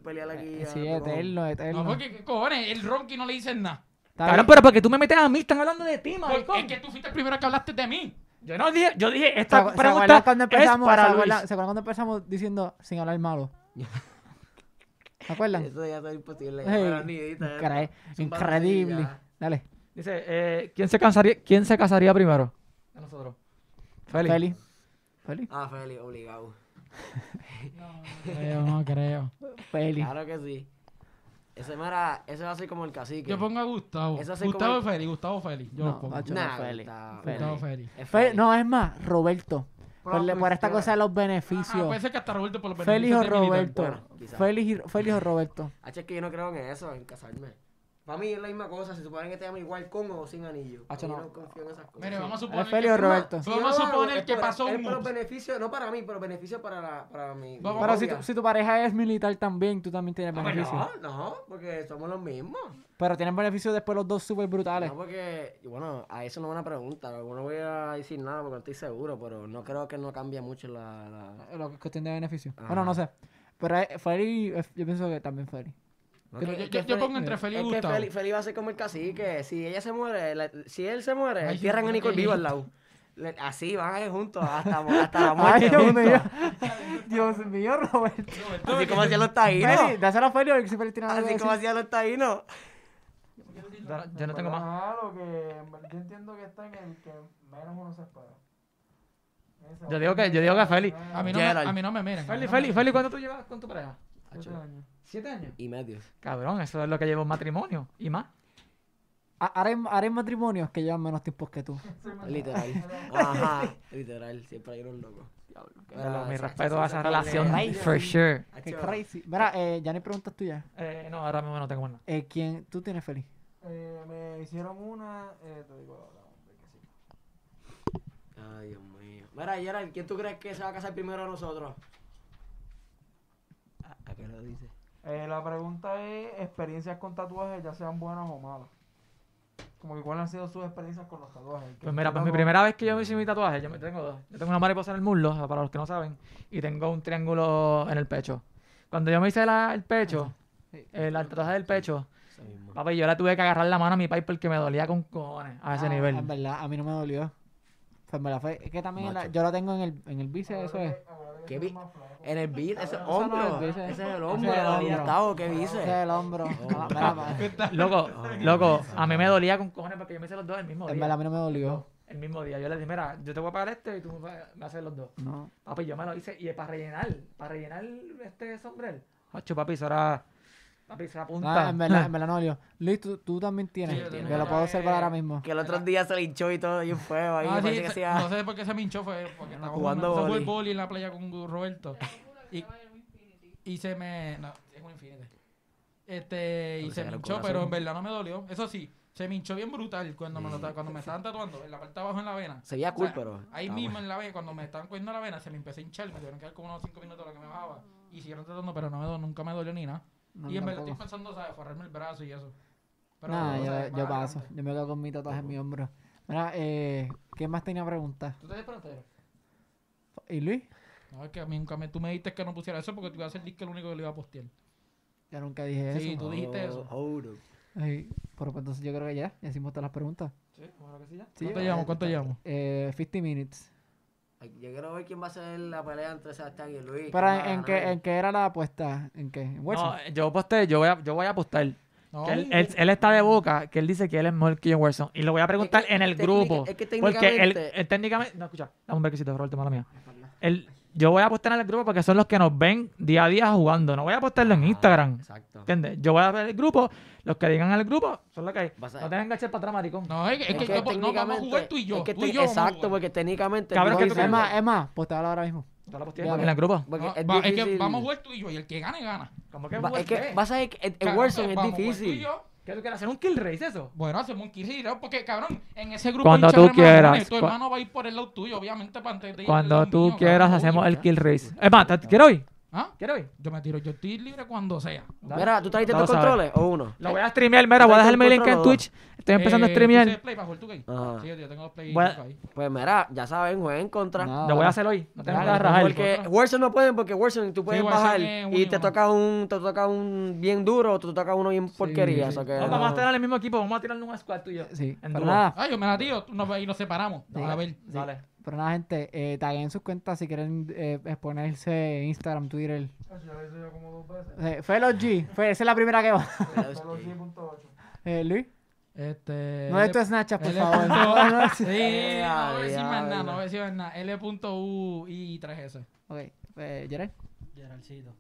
pelear aquí.
Eh, Sí,
a-
eterno,
No,
eterno.
porque, ¿qué cojones, el Ronky no le dicen nada.
Está
Cabrón,
bien.
pero porque tú me metes a mí, están hablando de ti,
Porque
maricón.
Es que tú fuiste el primero que hablaste de mí.
Yo no dije, yo dije,
¿Se,
esta
acu- se acuerdan
pregunta
cuando
es
empezamos,
para
se
Luis.
acuerdan- se acuerdan cuando empezamos diciendo sin hablar malo? ¿Se acuerdan?
Eso ya está imposible.
Hey,
Bueno, ni edita,
incre-
eh. Es un vacío
increíble.
ya.
Dale,
Dice, eh, ¿quién, se casaría, ¿quién se casaría primero? De nosotros. Feli.
Feli. Feli.
Ah, Feli, obligado.
Creo, no creo.
Feli.
Claro que sí. Ese, mara, ese va a ser como el cacique.
Yo pongo a Gustavo.
Eso así como
Gustavo
el-
y Feli, Gustavo Feli. Yo
No,
los pongo.
macho.
Nah,
Feli,
Gustavo,
Feli.
Gustavo Feli.
es
Fe-
Feli.
no, es más, Roberto.
Ah,
Pero,
Por, le-
pues,
por esta
ya.
cosa de los
Ah,
Ajá, puede
pues
beneficios.
ser que hasta Roberto por los
Félix o
beneficios de militar.
Roberto.
Bueno, quizás.
Félix, y- Félix o Roberto.
Hacho, es que yo no creo en eso, en casarme. Para mí es la misma cosa, si suponen que te llaman igual con o sin anillo.
Hacho,
Yo no.
no.
confío en esas cosas.
Mire, vamos a
¿Es
suponer.
Félix
que-
o Roberto?
Si
vamos
yo
a
lo hago,
suponer
es
que
por-
pasó
es
un
por los
ups.
beneficios, no para mí, pero beneficios para, la, para mi.
Vamos,
Pero
para
si, tu- si tu pareja es militar también, tú también
Ah,
tienes beneficios.
No, no, porque somos los mismos.
Pero tienen beneficios después los dos súper brutales.
No, porque, y bueno, a eso no es una pregunta. Yo no voy a decir nada porque no estoy seguro, pero no creo que no cambie mucho la. la-
eh, Lo que es cuestión de beneficios.
Ajá.
Bueno, no sé. Pero eh, Feli, eh, yo pienso que también Feli.
No,
Pero
que-
yo-
que
yo- Yo
Feli-
pongo entre Félix y
es que
Gustavo.
Feli, Feli va a ser como el cacique. Si ella se muere, la- si él se muere,
Ay,
entierran a
supone
Nicol
que
vivo
yo-
al lado. Le- así van a ir juntos hasta, mo- hasta la muerte.
Ay, Dios
juntos.
mío. Dios mío, Roberto.
Así como hacían los taínos.
Feli, dáselo a Feli porque si Feli tiene algo que
Así como
decir.
hacían los taínos.
Yo- Yo no tengo más.
Ajá, lo que en verdad, yo entiendo que está en el que menos uno se espera. Esa-
Yo digo que, yo digo que Feli.
A mí no me-
Gerald.
a mí no me miren. a mí
Feli,
no
Feli,
me-
Feli, ¿cuánto tú llevas con tu pareja?
Siete años.
¿Siete años?
Y medios.
Cabrón, eso es lo que llevo en matrimonio. ¿Y más?
A- Ahora hay, ahora hay matrimonios que llevan menos tiempos que tú.
Literal. Ajá. Literal. Siempre hay unos locos. Diablo.
Pero mi respeto a esa relación. For sure.
Qué crazy. Mira, eh, ya no hay preguntas tuyas.
Eh, no, ahora mismo no tengo más nada.
Eh, ¿Quién tú tienes, Feli?
Eh, me hicieron una, eh, te digo ahora, hombre, que sí.
Ay, Dios mío. Mira, Gerald, ¿quién tú crees que se va a casar primero de nosotros? ¿A, a qué lo dices?
Eh, la pregunta es experiencias con tatuajes, ya sean buenas o malas. Como que cuáles han sido sus experiencias con los tatuajes.
Pues mira, pues mi primera vez que yo me hice mi tatuaje, yo me tengo dos. Yo tengo una mariposa en el muslo, para los que no saben, y tengo un triángulo en el pecho. Cuando yo me hice la- el pecho, el, el tatuaje del pecho,
Eso mismo.
papi, yo le tuve que agarrar la mano a mi papi porque me dolía con cojones a ese
Ah,
nivel.
En verdad, a mí no me dolió. Fue en verdad, fue. Es que también la-
Macho. Ah,
yo la tengo en el, en el bíceps, eso es.
¿Qué vi? En el beat, ese
no
hombro.
es el
Ese
bíceps.
es el
Ese
hombro
es
de
el hombro.
Gustavo, ¿qué
Ese es
dice?
el hombro. Ah, mira, pa-
Loco, loco, a mí me dolía con cojones porque yo me hice los dos el mismo
En verdad, a
día.
mí no me dolió.
El mismo día. Yo le dije, mira, yo te voy a pagar este y tú me vas- me haces los dos.
No.
Papi, yo me lo hice. Y para rellenar, para rellenar este sombrero. Ocho, papi, eso era. Papi, eso era punta.
No, Ah, en verdad, en verdad no dolió. Luis, tú, tú también tienes.
yo tengo.
Yo lo puedo observar ahora mismo.
Eh, Que el otro día se le hinchó y todo, y un fuego ahí.
Ah, sí,
parece que
se-
hacía.
No sé por qué se me hinchó, fue porque estaba
jugando
jugando
boli.
boli. boli en la playa con Roberto. Y, y se me... No, es un infinity. Este, y
Pero
se
saca
me
el
hinchó,
corazón.
pero en verdad no me dolió. Eso sí, se me hinchó bien brutal cuando me, lo, ta- cuando me estaban tatuando, en la parte de abajo en la vena.
Se veía
O sea,
cool, pero.
Ahí
estaba
mismo
bueno.
en la vena, cuando me estaban cogiendo la vena, se me empezó a hinchar. Me tuvieron que dar como unos 5 minutos a lo que me bajaba. Y siguieron tratando, pero no me, do- nunca me dolió ni nada.
No,
y en verdad
tampoco.
estoy pensando, ¿sabes? Forrarme el brazo y eso.
Nah,
o sea,
yo,
más
yo paso.
adelante.
Yo me quedo con mi tatuaje en mi hombro. Mira, eh, ¿qué más tenía preguntas?
¿Tú te despertaste?
¿Y Luis?
No, es que a mí nunca me, tú me dijiste que no pusiera eso porque tú ibas a ser disque el único que lo iba a postear.
Yo nunca dije
Sí,
eso.
tú dijiste eso.
Oh, hold up.
Ay, pero pues entonces yo creo que ya, ya hicimos todas las preguntas.
Sí, bueno, que sí ya.
Sí,
¿Cuánto llevamos? ¿Cuánto llevamos?
eh, 50 minutes.
Yo quiero ver quién va a ser la pelea entre Sebastián y Luis.
Pero
¿Quién va
en,
a
en
ganar?
qué, en qué era la apuesta, en qué, ¿En Watson?
No, yo aposté, yo voy a, yo voy a apostar. Que él, él- él está de boca, que él dice que él es mejor que John Wilson. Y lo voy a preguntar
Es que
en el
técnica-
grupo.
es que
porque él,
técnicamente-
él técnicamente. No, escucha, dame un brequecito, Roberto, mala mía. Él- yo voy a apostar en el grupo porque son los que nos ven día a día jugando. No voy a apostarlo en Instagram.
Ah, Exacto.
¿Entiendes? Yo voy a ver el grupo, los que digan al grupo son los que hay.
Vas a-
No te enganches para atrás, maricón.
No, es, que- es que, no, no vamos a jugar tú y yo.
es que
tú y
te-
yo vamos a
exacto,
jugar.
porque técnicamente.
Cabrón,
no
que tú
dicen-
es más, es más, pues apostar ahora mismo.
Yo la aposté
Ya,
en
ya.
el grupo.
porque
No,
es
va- es, que
difícil.
vamos a jugar tú y yo y el que gane, gana.
¿Cómo que
Va- Es que vas a ver que en- en
Cabrón,
Warzone es
eh, vamos a jugar tú y
difícil.
yo.
¿Qué tú quieres hacer un kill race eso?
Bueno, hacemos un quirriro porque, cabrón, en ese grupo
Cuando
hay
tú
muchos
quieras,
hermanos, Tu
cua-
hermano va a ir por el lado tuyo, obviamente, para antes de ir al
Cuando
lado
tú
mío,
quieras,
cabrón.
hacemos el kill race. Es más, ¿te- ¿quieres hoy?
¿Ah?
¿Quieres hoy?
Yo me tiro, yo estoy libre cuando sea.
Mira, ¿tú trajiste
No
dos
lo sabes.
controles o uno?
Lo voy a streamear, mira, voy a dejar mi link en Twitch. Estoy empezando a
Eh, ¿tú
streamear.
tienes Play para jugar tú, gay?
Ajá.
Sí, yo tengo los Play
Voy a-
cinco ahí.
Pues mira, ya saben, jueguen contra.
No,
Lo voy a hacer hoy. No tengo
Dale,
que rajar.
Porque Warzone no pueden, porque Warzone tú puedes
Warzone
bajar
es uno y
y te
uno.
toca un, te toca un bien duro o te toca uno bien porquería. eso que
No,
no.
vamos a estar en el mismo equipo, vamos a tirar un squad tuyo.
Sí,
En
pero
dúo.
nada,
Ah, yo me la tiro tú nos- y nos separamos. A ver.
Dale.
pero nada, gente, eh, taguen sus cuentas si quieren eh, exponerse Instagram, Twitter. Eh, Felo G, fue, esa es la primera que va. Eh, Luis,
Este.
Eh,
no de tu Snapchat, por
L.
favor. No, no, sí.
Sí, no voy a decir más
diablo.
nada, no voy a decir más nada. L.U y 3S.
Ok, eh, Gerard.
Geralcito.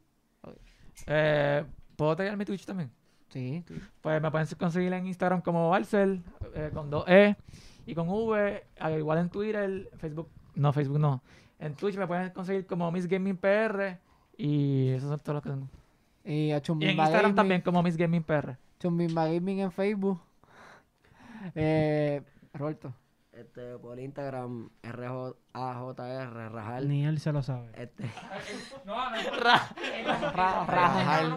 Eh, ¿Puedo taggear mi Twitch también?
Sí,
Pues me pueden conseguir en Instagram como Barcel, eh, con 2E y con V, al igual en Twitter, Facebook, no, Facebook no. En Twitch me pueden conseguir como Miss Gaming PR y esos son todos los que tengo.
Y a
Y
Chumbimba
en Instagram
Gaming,
también como Miss Gaming PR.
Chumbimba Gaming en Facebook. Eh, Roberto.
Este, por Instagram, RJAJR, Rajal.
Ni él se lo sabe.
Este,
No, no,
ra-
no.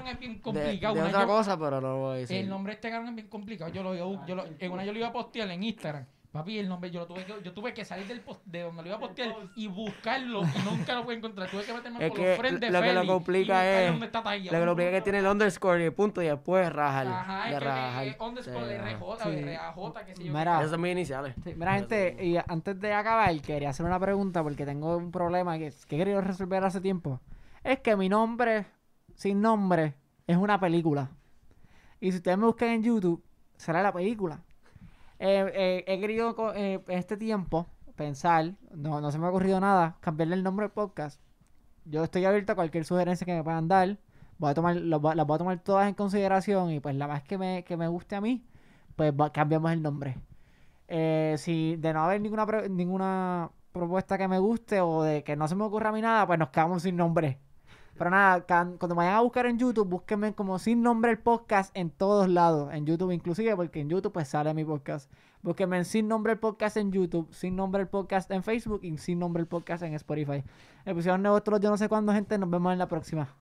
este Es bien
de,
complicado.
de
una
otra
yo-
cosa, pero no lo voy a decir.
El nombre de este cabrón es bien complicado. Yo lo, yo, yo lo- en una yo lo iba a postear en Instagram. Papi, el nombre, yo lo tuve que, yo tuve que salir del post- de donde lo iba a postear y buscarlo y nunca lo pude encontrar. Tuve que meterme
Es
por
que
los frentes
lo que lo complica es-
Dónde está Taía.
Lo que lo primero que tiene el underscore y el punto y después Rajal.
Ajá,
de
es que
Rajal.
eh, underscore
Sí,
RJ,
ajá.
RAJ, que sé yo.
Mira,
Esas son mis iniciales.
sí, mira gente, y antes de acabar, quería hacer una pregunta porque tengo un problema que, que he querido resolver hace tiempo. Es que mi nombre, sin nombre, es una película. Y si ustedes me buscan en YouTube, será la película. Eh, eh, he querido co- eh, este tiempo pensar, no, no se me ha ocurrido nada, cambiarle el nombre al podcast. Yo estoy abierto a cualquier sugerencia que me puedan dar. Voy a tomar, los voy- las voy a tomar todas en consideración y pues la más que me, que me guste a mí, pues va- cambiamos el nombre. Eh, si de no haber ninguna, pre- ninguna propuesta que me guste o de que no se me ocurra a mí nada, pues nos quedamos sin nombre. Pero nada, can- cuando me vayan a buscar en YouTube, búsquenme como sin nombre el podcast en todos lados. En YouTube inclusive, porque en YouTube pues sale mi podcast. Búsquenme en sin nombre el podcast en YouTube, sin nombre el podcast en Facebook y sin nombre el podcast en Spotify. Episodio nuevo todos los yo no sé cuándo, gente. Nos vemos en la próxima.